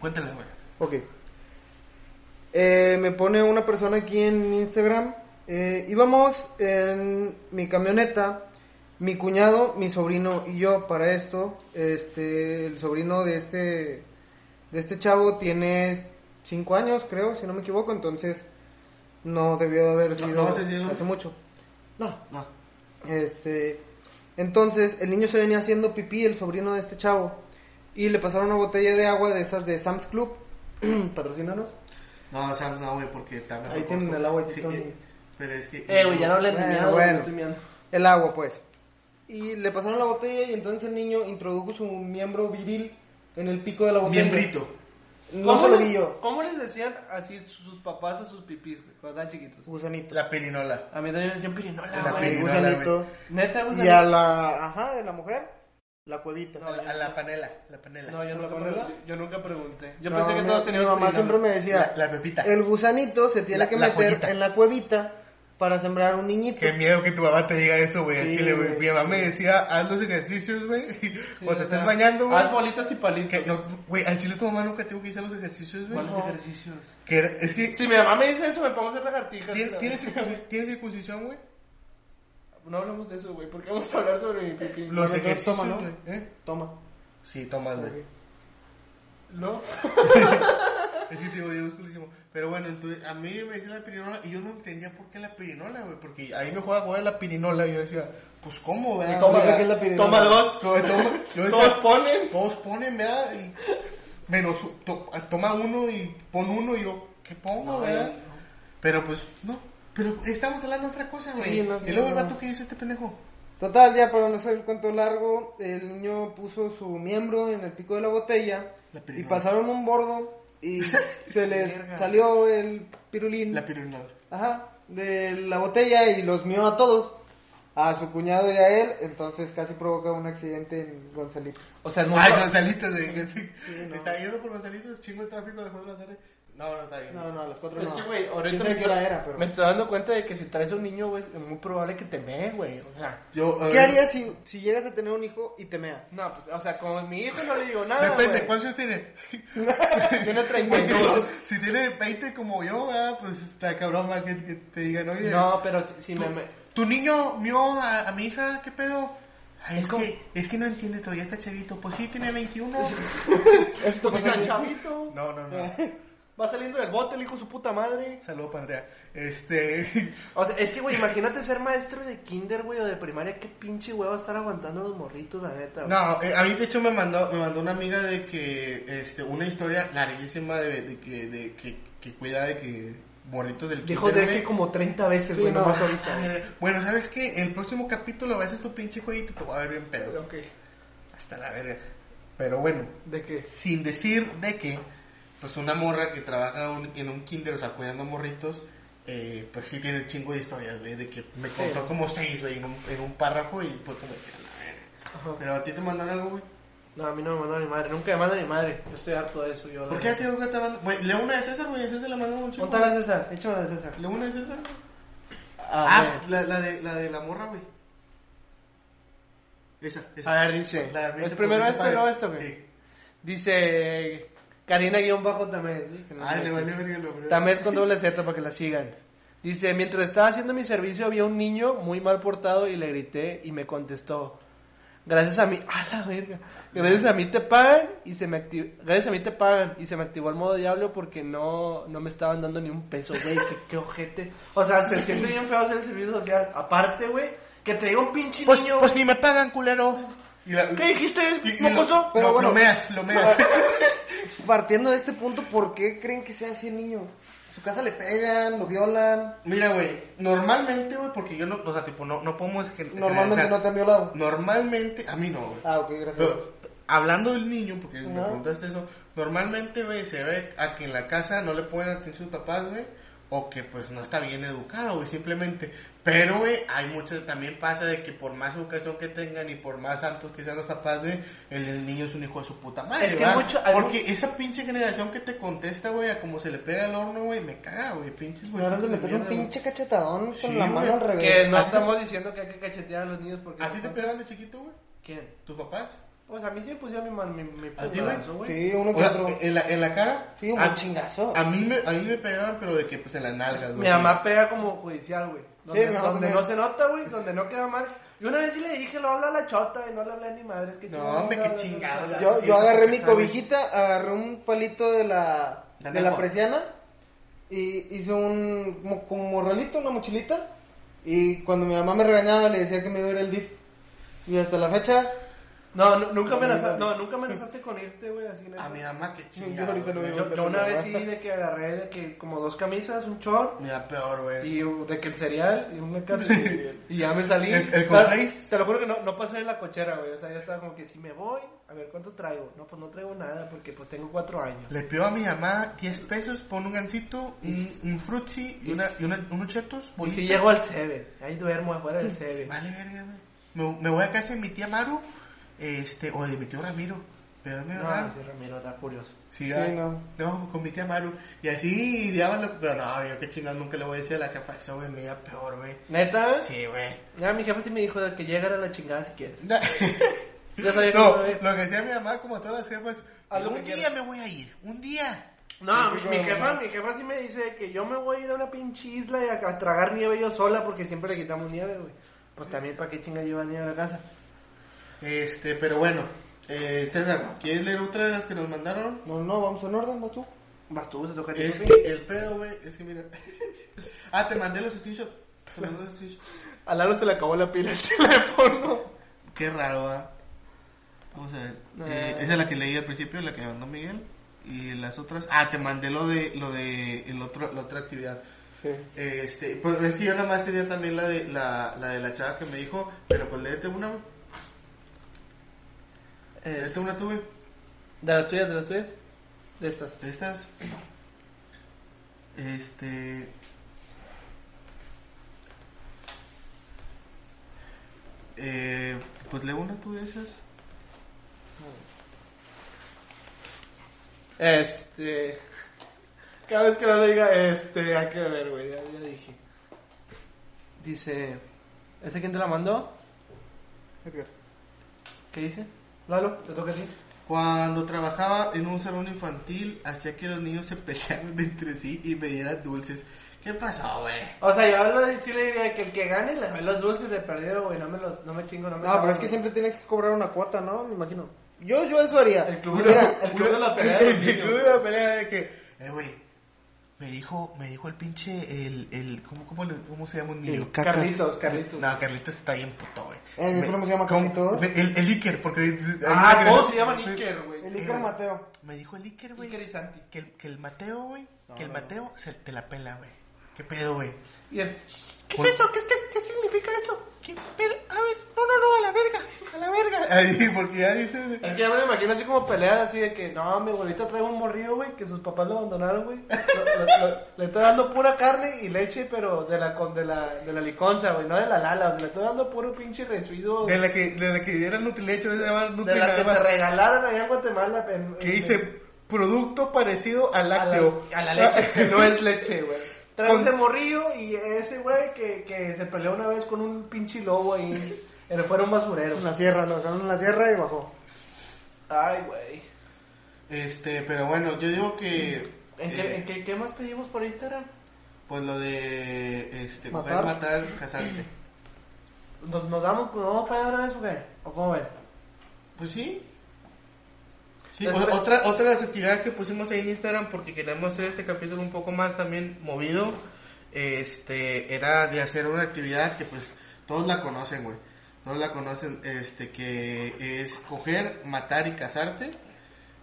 Speaker 1: Cuéntale, güey.
Speaker 3: Ok. Eh, me pone una persona aquí en Instagram. Eh, íbamos en mi camioneta, mi cuñado, mi sobrino y yo para esto. Este, el sobrino de este, de este chavo tiene 5 años, creo, si no me equivoco. Entonces, no debió de haber
Speaker 1: No,
Speaker 3: sido
Speaker 1: no vas a decir el nombre.
Speaker 3: hace mucho. No,
Speaker 1: No.
Speaker 3: este, entonces el niño se venía haciendo pipí, el sobrino de este chavo, y le pasaron una botella de agua de esas de Sam's Club, patrocínanos.
Speaker 1: No, Sam's no, güey, porque está mejor
Speaker 3: Ahí
Speaker 1: puesto.
Speaker 3: tienen el agua y
Speaker 1: Sí,
Speaker 3: todo.
Speaker 1: eh, Pero es que.
Speaker 2: Eh, güey, ya no le
Speaker 3: Bueno,
Speaker 2: miado,
Speaker 3: bueno.
Speaker 2: no estoy miando.
Speaker 3: El agua, pues. Y le pasaron la botella y entonces el niño introdujo su miembro viril en el pico de la botella.
Speaker 1: Miembrito.
Speaker 3: No se lo vi yo.
Speaker 2: ¿Cómo les decían así sus papás a sus pipis, güey, cuando estaban chiquitos?
Speaker 3: Gusanito.
Speaker 1: La pirinola.
Speaker 2: A mí también me decían pirinola,
Speaker 1: La
Speaker 3: Ajá, el
Speaker 2: güey.
Speaker 1: pirinola.
Speaker 3: gusanito.
Speaker 2: Neta, güey.
Speaker 3: Y a la, ajá, de la mujer, la cuevita.
Speaker 2: No,
Speaker 1: A la, a la panela. La panela.
Speaker 2: No, yo nunca,
Speaker 3: ¿Panela?
Speaker 2: pregunté, yo nunca pregunté. Yo
Speaker 3: No,
Speaker 2: pensé que
Speaker 3: mi-
Speaker 2: todos tenían
Speaker 3: Mi mamá siempre me decía,
Speaker 1: La, la pepita.
Speaker 3: El gusanito se tiene
Speaker 1: La-
Speaker 3: que
Speaker 1: la
Speaker 3: meter
Speaker 1: joyita.
Speaker 3: en la cuevita para sembrar un niñito.
Speaker 1: Qué miedo que tu mamá te diga eso, güey. al
Speaker 3: Sí,
Speaker 1: chile, güey.
Speaker 3: güey.
Speaker 1: Mi mamá me decía, haz los ejercicios, güey. o "Pues te estás
Speaker 2: estás
Speaker 1: bañando, güey.
Speaker 2: Haz bolitas y palitos.
Speaker 1: Que no, güey, al chile tu mamá nunca tuvo que hacer los ejercicios, güey.
Speaker 2: ¿Cuáles
Speaker 1: No.
Speaker 2: ejercicios?
Speaker 1: Que era- es que
Speaker 2: Si mi mamá me dice eso, me pongo a hacer lagartijas.
Speaker 1: ¿tien-
Speaker 2: güey.
Speaker 1: ¿tienes, circuncis- ¿tienes circuncisión, güey.
Speaker 2: No hablamos de eso, güey, porque vamos a hablar sobre mi pipí.
Speaker 1: Los
Speaker 3: Bueno, entonces
Speaker 1: ejercicios,
Speaker 3: toma, ¿no?
Speaker 1: güey, ¿eh?
Speaker 3: Toma.
Speaker 1: Sí, toma, güey.
Speaker 2: ¿No?
Speaker 1: Es que te digo, Diego es culísimo. Pero bueno, entonces a mí me decían la pirinola y yo no entendía por qué la pirinola, güey. Porque ahí me jugaba a jugar la pirinola y yo decía, pues cómo, güey.
Speaker 3: Y
Speaker 2: Toma,
Speaker 3: Yo creo que es la pirinola.
Speaker 2: toma dos.
Speaker 1: Yo- toma- yo decía-
Speaker 2: Todos ponen.
Speaker 1: Todos ponen, ¿verdad? Y menos, to- toma uno y pon uno y yo, ¿qué pongo, verdad? Pero pues, no. Pero estamos hablando de otra cosa,
Speaker 2: Sí,
Speaker 1: güey.
Speaker 2: no sé,
Speaker 1: y luego el
Speaker 2: no.
Speaker 1: vato que hizo este pendejo.
Speaker 3: Total, ya para no hacer el cuento largo, el niño puso su miembro en el pico de la botella
Speaker 1: La
Speaker 3: y
Speaker 1: pirinola.
Speaker 3: pasaron un bordo y se le
Speaker 2: Verga.
Speaker 3: salió el pirulín
Speaker 1: La pirinola.
Speaker 3: ajá, de la botella y los mió a todos, a su cuñado y a él, entonces casi provoca un accidente en Gonzalito.
Speaker 2: O sea,
Speaker 1: Ay, Gonzalitos, güey.
Speaker 3: no.
Speaker 1: Está yendo por Gonzalitos, chingo de tráfico de cuatro de la tarde. No, no está bien.
Speaker 3: No, no, a las cuatro
Speaker 2: Es
Speaker 3: no.
Speaker 2: que, güey, ahorita
Speaker 3: Quién
Speaker 2: me
Speaker 3: sabe qué hora
Speaker 2: estoy-
Speaker 3: era, pero...
Speaker 2: me estoy dando cuenta de que si traes a un niño, güey, es muy probable que te mee, güey. O sea,
Speaker 1: Yo, a
Speaker 3: ¿Qué
Speaker 1: ver,
Speaker 3: harías si, si llegas a tener un hijo y te mea?
Speaker 2: no, pues, o sea, con mi hijo no le digo nada.
Speaker 1: Depende,
Speaker 2: Ah, güey.
Speaker 1: ¿cuántos tiene?
Speaker 2: Tiene
Speaker 1: Porque
Speaker 2: 32.
Speaker 1: si tiene 20 como yo, ah, pues está cabrón más que, que te digan, oye,
Speaker 2: No, pero si, si
Speaker 1: tu,
Speaker 2: me. me-
Speaker 1: tu niño vio a, a mi hija, ¿qué pedo? Ay, es,
Speaker 2: como-
Speaker 1: que, es que no entiende todavía, está chavito. Pues sí, tiene 21.
Speaker 3: Esto
Speaker 2: Pues tan chavito.
Speaker 1: No, no, no.
Speaker 2: Va saliendo del bote el hijo de su puta madre.
Speaker 1: Saludos para Andrea. Este.
Speaker 2: O sea, es que, güey, imagínate ser maestro de kinder, güey, o de primaria. Qué pinche huevo estar aguantando los morritos, la neta. güey.
Speaker 1: No, eh, a mí de hecho me mandó, me mandó una amiga de que, este, una historia larguísima de, de que, de que, que cuida de que morritos del
Speaker 2: Dijo
Speaker 1: kinder, eh".
Speaker 2: de que
Speaker 1: güey.
Speaker 2: como 30 veces,
Speaker 3: Sí,
Speaker 2: güey,
Speaker 3: no.
Speaker 2: nomás ahorita.
Speaker 1: Ah,
Speaker 2: güey.
Speaker 1: Bueno, ¿sabes qué? El próximo capítulo va a ser tu pinche jueguito, te voy a ver bien pedo.
Speaker 2: Ok.
Speaker 1: Hasta la verga. Pero bueno,
Speaker 3: ¿De qué?
Speaker 1: sin decir de que, pues una morra que trabaja un- en un kinder, o sea, cuidando morritos, eh, pues sí tiene un chingo de historias, güey, de que me contó como seis, güey, en un, en un párrafo y pues como... que a la verga.
Speaker 2: Ajá.
Speaker 1: Pero a ti te mandan algo, güey.
Speaker 2: No, a mí no me mandó mi madre. Nunca me manda mi madre. Yo estoy harto de eso, yo. la
Speaker 1: ¿Por qué a
Speaker 2: neta.
Speaker 1: ti nunca te mandan? Güey, leo una de César, güey, a César le mandan un chingo.
Speaker 2: Póntala, César. Échamela, César.
Speaker 1: ¿Leo una de César?
Speaker 2: A
Speaker 1: Ah,
Speaker 2: ver.
Speaker 1: la, la, de, la de la morra, güey. Esa, esa.
Speaker 2: A ver, dice.
Speaker 1: La de
Speaker 2: ¿Es
Speaker 1: Rachel
Speaker 2: primero
Speaker 1: Poquito
Speaker 2: este
Speaker 1: Padre.
Speaker 2: o no esto, güey?
Speaker 1: Sí.
Speaker 2: Dice. Karina guión bajo también. sí, que no
Speaker 1: Ay,
Speaker 2: me-
Speaker 1: Ah, le vale verga el hombre.
Speaker 2: También con doble Z para que la sigan. Dice, mientras estaba haciendo mi servicio había un niño muy mal portado y le grité y me contestó, Gracias a mí, a la verga. Gracias a mí te pagan y se me activó. Gracias a mí te pagan y se me activó el modo diablo porque no, no me estaban dando ni un peso, güey. Qué, qué ojete. O sea, se siente bien feo hacer el servicio social. Aparte, güey, que te diga un pinche
Speaker 4: Pues,
Speaker 2: niño.
Speaker 4: pues ni me pagan, culero.
Speaker 1: Y la-
Speaker 2: ¿Qué dijiste?
Speaker 1: y- y lo-
Speaker 2: mocoso?
Speaker 3: Pero
Speaker 1: lo-
Speaker 3: bueno.
Speaker 1: Lo meas, lo meas.
Speaker 3: Partiendo de este punto, ¿por qué creen que sea así el niño? Su casa le pegan, lo violan.
Speaker 1: Mira, güey, normalmente, güey, porque yo no, o sea, tipo, no, no podemos... gen-
Speaker 3: Normalmente no
Speaker 1: generalizar.
Speaker 3: te han violado.
Speaker 1: Normalmente, a mí no, güey.
Speaker 3: Ah, ok, gracias.
Speaker 1: Pero, hablando del niño, porque me
Speaker 3: Ajá.
Speaker 1: preguntaste eso, normalmente, güey, se ve a que en la casa no le ponen atención sus papás, güey, o que pues no está bien educado, güey, simplemente. Pero, güey, hay mucho, también pasa de que por más educación que tengan y por más santos que sean los papás, güey, el, el niño es un hijo de su puta madre,
Speaker 2: Es que
Speaker 1: ¿verdad?
Speaker 2: mucho- hay
Speaker 1: Porque esa pinche generación que te contesta, güey, a como se le pega el horno, güey, me caga, güey, pinches, güey.
Speaker 3: Me hagas Pues, de meterle un
Speaker 1: mierda, güey.
Speaker 3: pinche cachetadón con
Speaker 1: Sí,
Speaker 3: la
Speaker 1: güey.
Speaker 3: mano al revés.
Speaker 2: Que no
Speaker 1: ¿A ti te-
Speaker 2: estamos diciendo que hay que cachetear a los niños porque.
Speaker 1: ¿A ti te pegan de chiquito, güey?
Speaker 2: ¿Quién?
Speaker 1: ¿Tus papás?
Speaker 2: Pues a mí sí me pusieron mi, man- mi, mi
Speaker 1: ¿A ti,
Speaker 2: putazo,
Speaker 1: güey?
Speaker 3: Sí, uno
Speaker 1: O
Speaker 3: que
Speaker 1: sea,
Speaker 3: otro.
Speaker 1: en la, en la cara.
Speaker 3: Sí, un
Speaker 1: a-
Speaker 3: buen chingazo.
Speaker 1: A mí, me, a mí me pegaban, pero de que pues en las nalgas, güey.
Speaker 2: Mi mamá pega como judicial, güey. Donde,
Speaker 3: Sí, mi mamá
Speaker 2: donde
Speaker 3: también.
Speaker 2: no se nota, güey, donde no queda mal. Yo una vez sí le dije, lo habla la chota, y no le hablé ni madre. Es que
Speaker 1: No,
Speaker 2: chingada,
Speaker 1: hombre,
Speaker 2: no
Speaker 1: qué
Speaker 2: le hablé a la
Speaker 1: chingados,
Speaker 2: chota.
Speaker 3: Yo,
Speaker 1: Sí,
Speaker 3: yo
Speaker 1: sí,
Speaker 3: agarré mi
Speaker 1: sí, sí, güey.
Speaker 3: cobijita, agarré un palito de la,
Speaker 1: La
Speaker 3: de la
Speaker 1: lengua.
Speaker 3: presiana y hice un como, como morralito, una mochilita. Y cuando mi mamá me regañaba le decía que me iba a ir al DIF. Y hasta la fecha,
Speaker 2: No, nu- nunca amenazaste, no, nunca amenazaste con irte, güey, así nada.
Speaker 1: A mi mamá, qué
Speaker 3: Yo
Speaker 1: chingada.
Speaker 3: ahorita lo
Speaker 1: güey.
Speaker 3: veo.
Speaker 2: Yo, yo una vez sí de que agarré de que como dos camisas, un short
Speaker 1: Mira, peor, güey.
Speaker 2: y un- de que el cereal y una carne y y ya me salí.
Speaker 1: El- el
Speaker 2: Pero,
Speaker 1: cornflakes.
Speaker 2: te lo juro que no, no pasé de la cochera, güey. O sea, ya estaba como que si me voy, a ver cuánto traigo. No, pues no traigo nada porque pues tengo cuatro años.
Speaker 1: Le pido a mi mamá 10 pesos por un gancito, un, un frutzi y, una, y una- unos chetos.
Speaker 2: Y si
Speaker 1: bolitas.
Speaker 2: Pues llego al Seven, ahí duermo afuera del Seven.
Speaker 1: Vale, verga, güey. Me, me voy a casa de mi tía Maru, este, o de mi tío Ramiro. Pero mi
Speaker 2: No, sí, Ramiro, está curioso.
Speaker 1: Sí,
Speaker 3: Sí,
Speaker 1: ay,
Speaker 3: no.
Speaker 1: no. con mi tía Maru. Y así, diablo, pero no, yo qué chingado, nunca le voy a decir a la capa eso, güey, me iba peor, güey.
Speaker 2: ¿Neta?
Speaker 1: Sí, güey.
Speaker 2: Ya mi jefe sí me dijo de que llegara la chingada si quieres.
Speaker 1: No,
Speaker 2: Ya sabía que
Speaker 1: No,
Speaker 2: iba a ir.
Speaker 1: lo que decía mi mamá, como todas las jefas,
Speaker 3: A lo que
Speaker 1: un día
Speaker 3: quieras".
Speaker 1: me voy a ir, un día.
Speaker 2: No, mi,
Speaker 3: Sí,
Speaker 2: mi
Speaker 3: como-
Speaker 2: jefa, mi jefa sí me dice que yo me voy a ir a una pinche isla y a, a tragar nieve yo sola porque siempre le quitamos nieve, güey. Pues también para qué chinga lleva nieve a la casa.
Speaker 1: Este, pero bueno, eh, César, ¿quieres leer otra de las que nos mandaron?
Speaker 3: no, no, vamos en orden, vas tú.
Speaker 2: Vas tú, se toca a ti,
Speaker 1: Es
Speaker 2: papi.
Speaker 1: que el pedo, güey, es que mira. ah, te mandé los screenshots. Te mandé los screenshots.
Speaker 2: A Lalo se le acabó la pila del teléfono.
Speaker 1: Qué raro, ¿verdad? Vamos a ver.
Speaker 2: No,
Speaker 1: Eh,
Speaker 2: no, no.
Speaker 1: esa es la que leí al principio, la que mandó Miguel. Y las otras. Ah, te mandé lo de, lo de el otro, la otra actividad.
Speaker 3: Sí.
Speaker 1: Este, pues es que yo nada más tenía también la de la, la de la chava que me dijo, pero pues léete una, güey.
Speaker 2: Eh, Es-
Speaker 1: léete una tú, güey.
Speaker 2: ¿De las tuyas, de las tuyas? De estas.
Speaker 1: De estas. Este. Eh, pues lee una tú de esas.
Speaker 2: Este. Cada vez que lo diga, este, hay que ver, güey, ya, ya dije. Dice. ¿Ese quién te la mandó?
Speaker 3: Edgar.
Speaker 2: ¿Qué dice? Lalo, te toca a ti.
Speaker 1: Cuando trabajaba en un salón infantil, hacía que los niños se pelearan entre sí y me dieran dulces. ¿Qué pasó, güey?
Speaker 2: O sea, yo hablo de sí le diría que el que gane le doy los dulces de perdido, güey, no me los, no me chingo, no me
Speaker 3: No, Ah, pero es que siempre tienes que cobrar una cuota, ¿no? Me imagino. Yo, yo eso haría.
Speaker 2: El club,
Speaker 3: Mira,
Speaker 2: el club de la pelea. de los
Speaker 1: El club
Speaker 2: niños.
Speaker 1: de la pelea de que, eh, güey, me dijo, me dijo el pinche, el, el, ¿cómo, cómo, le- cómo se llama un niño?
Speaker 3: El caca.
Speaker 2: Carlitos, Carlitos.
Speaker 1: No, Carlitos está bien puto, güey.
Speaker 3: Eh, ¿cómo se llama Carlitos?
Speaker 1: me- El, el Iker, porque...
Speaker 2: Ah,
Speaker 1: hay una
Speaker 2: todos
Speaker 1: que-
Speaker 2: se llaman
Speaker 1: sí.
Speaker 2: Iker, güey.
Speaker 3: El Iker Mateo.
Speaker 1: Me dijo el Iker, güey.
Speaker 2: Iker y Santi.
Speaker 1: Que el, que el Mateo, güey, que el
Speaker 2: no, no.
Speaker 1: Mateo se te la pela, güey. ¿Qué pedo, güey?
Speaker 2: Y el-
Speaker 1: ¿Qué es eso? ¿Qué, significa eso? a ver, no, no, no, a la verga, a la verga. Ay, porque ya dices...
Speaker 2: Es que ya me lo imagino así como peleadas, así de que, no, mi abuelita trae un morrido, güey, que sus papás lo abandonaron, güey. Lo- lo- lo- Le estoy dando pura carne y leche, pero de la, con- de la, de la liconza, güey, no de la lala. o sea, le estoy dando puro pinche residuo
Speaker 1: De
Speaker 2: de,
Speaker 1: la que, de la que era Nutrilecho, se llama Nutri
Speaker 2: la
Speaker 1: nada
Speaker 2: que
Speaker 1: más,
Speaker 2: te regalaron allá en Guatemala. en-
Speaker 1: Que
Speaker 2: en-
Speaker 1: dice, producto parecido al
Speaker 2: a la,
Speaker 1: lácteo.
Speaker 2: a la leche, que no es leche, güey. Trae
Speaker 1: Con-
Speaker 2: un de morrillo y ese güey que, que se peleó una vez con un pinche lobo ahí, en fuera un basurero.
Speaker 3: En la sierra, lo dejaron en la sierra y bajó.
Speaker 2: Ay, güey.
Speaker 1: Este, pero bueno, yo digo que...
Speaker 2: ¿En, qué,
Speaker 1: eh,
Speaker 2: en qué, qué más pedimos por Instagram?
Speaker 1: Pues lo de... Este,
Speaker 3: Matar.
Speaker 1: mujer matar, casarte.
Speaker 2: ¿Nos, nos damos, nos vamos para allá de una vez o qué? ¿O cómo ven?
Speaker 1: Pues sí. Sí,
Speaker 2: Después-
Speaker 1: o- otra, otra de las actividades que pusimos ahí en Instagram porque queríamos hacer este capítulo un poco más también movido, este, era de hacer una actividad que pues todos la conocen, güey. Todos la conocen, este, que es coger, matar y casarte,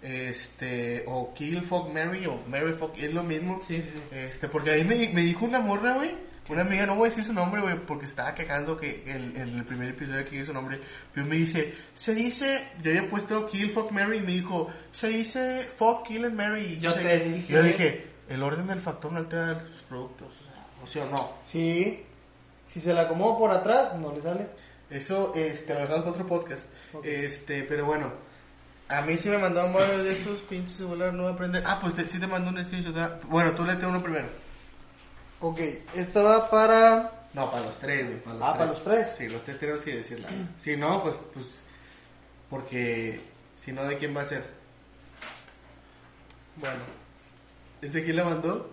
Speaker 1: este, o kill, fuck, marry o marry, fuck, es lo mismo.
Speaker 2: Sí, sí, sí.
Speaker 1: Este, porque ahí me, me dijo una morra, güey. Una amiga, no voy a decir su nombre, güey, porque se estaba quejando que el, el primer episodio que hizo su nombre. Pero me dice, se dice, yo había puesto Kill, Fuck, Mary, y me dijo, se dice Fuck, Kill and Mary. Y
Speaker 2: Yo
Speaker 1: se-
Speaker 2: te dije. eh.
Speaker 1: Yo dije, el orden del factor no altera los productos. O sea, o no.
Speaker 3: Sí. Si se la acomodo por atrás, no le sale.
Speaker 1: Eso, este, lo dejamos para otro podcast.
Speaker 3: Ok.
Speaker 1: Este, pero bueno. A mí sí me mandaron varios de esos pinches celular, no voy a aprender. Ah, pues te- sí te mandó un screenshot. ¿verdad? Bueno, tú léete uno primero.
Speaker 3: Ok, esta va para...
Speaker 1: No, para los tres, güey. Para los
Speaker 3: Ah,
Speaker 1: tres.
Speaker 3: para los tres.
Speaker 1: Sí, los tres tenemos que decirla. Si no, pues, pues, porque si no, ¿de quién va a ser? Bueno, ¿este quién la mandó?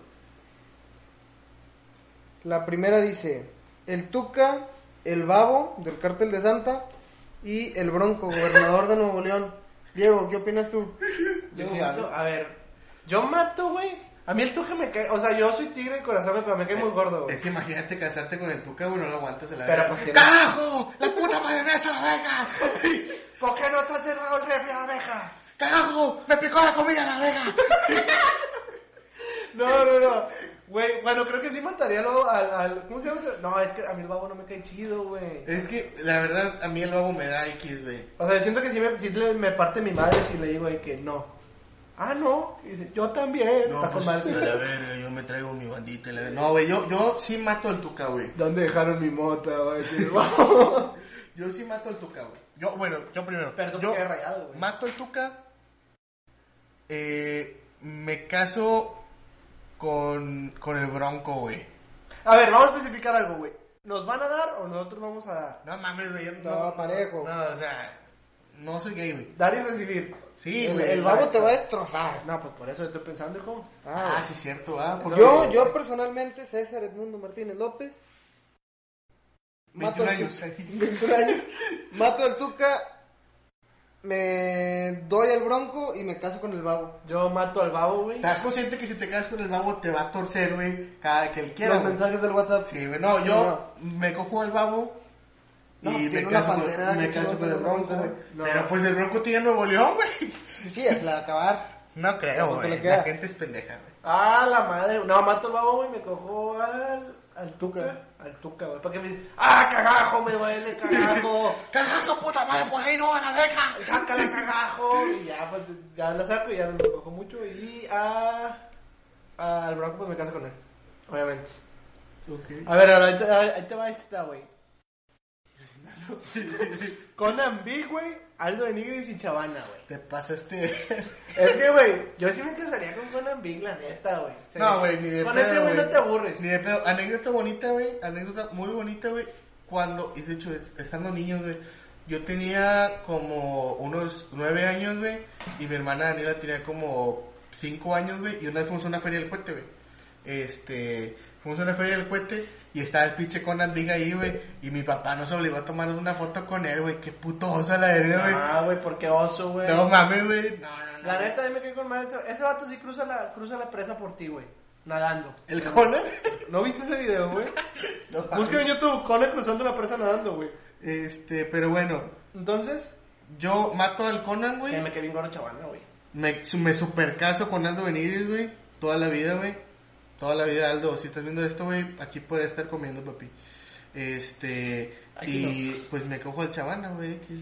Speaker 3: La primera dice, el Tuca, el Babo del cártel de Santa y el Bronco, gobernador de Nuevo León. Diego, ¿qué opinas tú?
Speaker 2: Yo siento, a ver, yo mato, güey. A mí el tuje me cae, o sea, yo soy tigre de corazón, pero me cae muy gordo, güey.
Speaker 1: Es que imagínate casarte con el tuca, güey, no lo aguantas a la
Speaker 2: Pero,
Speaker 1: verga.
Speaker 2: pues, tiene-
Speaker 1: ¡Carajo! ¡La puta mayonesa, la verga!
Speaker 2: ¿Por qué no te has cerrado el refri a la abeja?
Speaker 1: ¡Carajo! ¡Me picó la comida, la verga!
Speaker 2: No, no, no. Güey, bueno, creo que sí mataría lo- al, al... ¿Cómo se llama? No, es que a mí el babo no me cae chido, güey.
Speaker 1: Es que, la verdad, a mí el babo me da X, güey.
Speaker 2: O sea, yo siento que sí me, sí le- me parte mi madre si le digo de que no. Ah, no. Y dice, yo también. Está con madre.
Speaker 1: pues, verga, yo me traigo mi bandita, la verga. No, güey, yo, yo sí mato al tuca, güey.
Speaker 2: ¿Dónde dejaron mi mota? Va a decir, wow.
Speaker 1: Yo sí mato al Tuca, güey. Yo, bueno, yo primero.
Speaker 2: Perdón,
Speaker 1: yo
Speaker 2: quedé rayado, güey.
Speaker 1: mato al Tuca. Eh, me caso con, con el Bronco, güey.
Speaker 2: A ver, vamos a especificar algo, güey. ¿Nos van a dar o nosotros vamos a dar?
Speaker 1: No mames, güey. yo
Speaker 3: No, parejo.
Speaker 1: No, o sea, no soy gay, güey.
Speaker 2: Dar y recibir.
Speaker 1: Sí,
Speaker 3: El,
Speaker 1: güey.
Speaker 3: el Babo te va a destrozar.
Speaker 2: No, pues por eso estoy pensando, hijo.
Speaker 1: Ah, sí, es cierto, ah. porque-
Speaker 3: Yo, yo personalmente, César Edmundo Martínez López.
Speaker 1: 21
Speaker 3: al
Speaker 1: años.
Speaker 3: Tuca- 21 años. Mato al Tuca. Me doy al Bronco y me caso con el Babo.
Speaker 2: Yo mato al babo, güey.
Speaker 1: ¿Estás consciente que si te casas con el babo te va a torcer, güey? Cada que él quiera.
Speaker 3: Los
Speaker 1: güey?
Speaker 3: mensajes del WhatsApp.
Speaker 1: Sí, güey, no, yo me cojo al babo
Speaker 3: No,
Speaker 1: y me
Speaker 3: tiene una
Speaker 1: caso, con-
Speaker 3: bandera,
Speaker 1: me
Speaker 3: qué
Speaker 1: caso
Speaker 3: chingón,
Speaker 1: con el
Speaker 3: tiene una
Speaker 1: bronco, güey.
Speaker 3: bandera.
Speaker 2: No.
Speaker 1: Pero pues el bronco tiene Nuevo León, güey.
Speaker 3: Sí, es la de acabar.
Speaker 1: No creo,
Speaker 3: Pues, ¿Cómo te
Speaker 1: güey.
Speaker 3: le queda?
Speaker 1: La gente es pendeja, güey.
Speaker 2: Ah, la madre. No, mato al babo, güey. Me cojo al, al tuca. Al tuca, güey. Porque me dice, ah, cagajo, me duele, cagajo.
Speaker 1: ¡Carajo, puta madre! ¡Pues ahí no, a la abeja!
Speaker 2: Sácala, cagajo. Y ya, pues, ya la saco y ya me cojo mucho. Y a, al bronco, pues me caso con él. Obviamente. A ver, ahora ahí te, ahí te va esta, güey. Conan B, güey. Aldo de Nigris y Chavana, güey.
Speaker 1: Te este pasaste.
Speaker 2: Es que, güey, yo sí me casaría con Conan Big, la neta, güey. O sea,
Speaker 1: No, güey, ni de
Speaker 2: Con
Speaker 1: pedo,
Speaker 2: ese güey no
Speaker 1: güey.
Speaker 2: te aburres.
Speaker 1: Ni de pedo. Anécdota bonita, güey. Anécdota muy bonita, güey. Cuando, y de hecho, es- estando niños, güey. Yo tenía como unos nueve años, güey. Y mi hermana Daniela tenía como cinco años, güey. Y una vez fuimos a una feria del cohete, güey. Este, fuimos a una feria del cohete. Y estaba el pinche Conan Big ahí, güey. Y mi papá nos obligó a tomarnos una foto con él, güey. Qué puto oso a la verga, güey.
Speaker 2: Ah, güey, porque oso, güey.
Speaker 1: No mames, güey. No, no, no.
Speaker 2: la neta, dime que con madre. Ese, ese vato sí cruza la, cruza la presa por ti, güey. Nadando.
Speaker 1: ¿El Conan?
Speaker 2: ¿No viste ese video, güey?
Speaker 1: No,
Speaker 2: Busca en YouTube Conan cruzando la presa nadando, güey.
Speaker 1: Este, pero bueno.
Speaker 2: Entonces,
Speaker 1: Yo mato al Conan,
Speaker 2: es
Speaker 1: güey.
Speaker 2: que me quedé bien gordo chavana, güey.
Speaker 1: Me, su- me supercaso con Aldo Benítez, güey. Toda la vida, güey. Toda la vida, Aldo. Si estás viendo esto, güey, aquí podría estar comiendo, papi. Este.
Speaker 2: Aquí
Speaker 1: y pues me cojo al chavana, güey. X.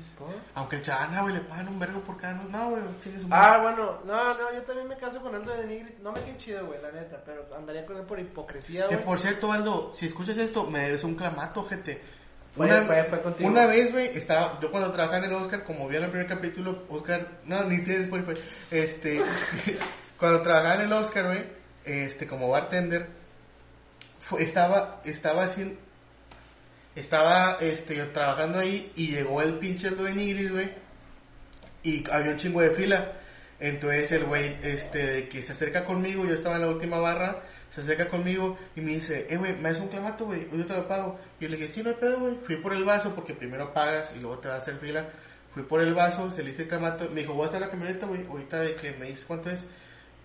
Speaker 1: Aunque el chavana, güey, le pagan un vergo por cada. No, no, güey, chingue su
Speaker 2: Ah,
Speaker 1: madre.
Speaker 2: bueno, no, no, yo también me caso con Aldo de Nigris. No me quedé chido, güey, la neta, pero andaría con él por hipocresía,
Speaker 1: que
Speaker 2: güey.
Speaker 1: por cierto, Aldo, si escuchas esto, me debes un clamato, gente.
Speaker 2: Fue- fue- fue contigo.
Speaker 1: una vez, güey, estaba, yo cuando trabajaba en el Oscar, como vi en el primer capítulo, Oscar, no, ni tienes Spotify, este, cuando trabajaba en el Oscar, güey, este, como bartender, fue- estaba, estaba haciendo, estaba, este, yo trabajando ahí y llegó el pinche Aldo de Nigris, güey, y había un chingo de fila. Entonces el güey, este, de que se acerca conmigo, yo estaba en la última barra, se acerca conmigo y me dice, eh, güey, me haces un clamato, güey, yo te lo pago. Y yo le dije, sí, no hay pedo, güey. Fui por el vaso, porque primero pagas y luego te vas a hacer fila. Fui por el vaso, se le hice el clamato. Me dijo, voy a estar en la camioneta, güey, ahorita de que me dices cuánto es.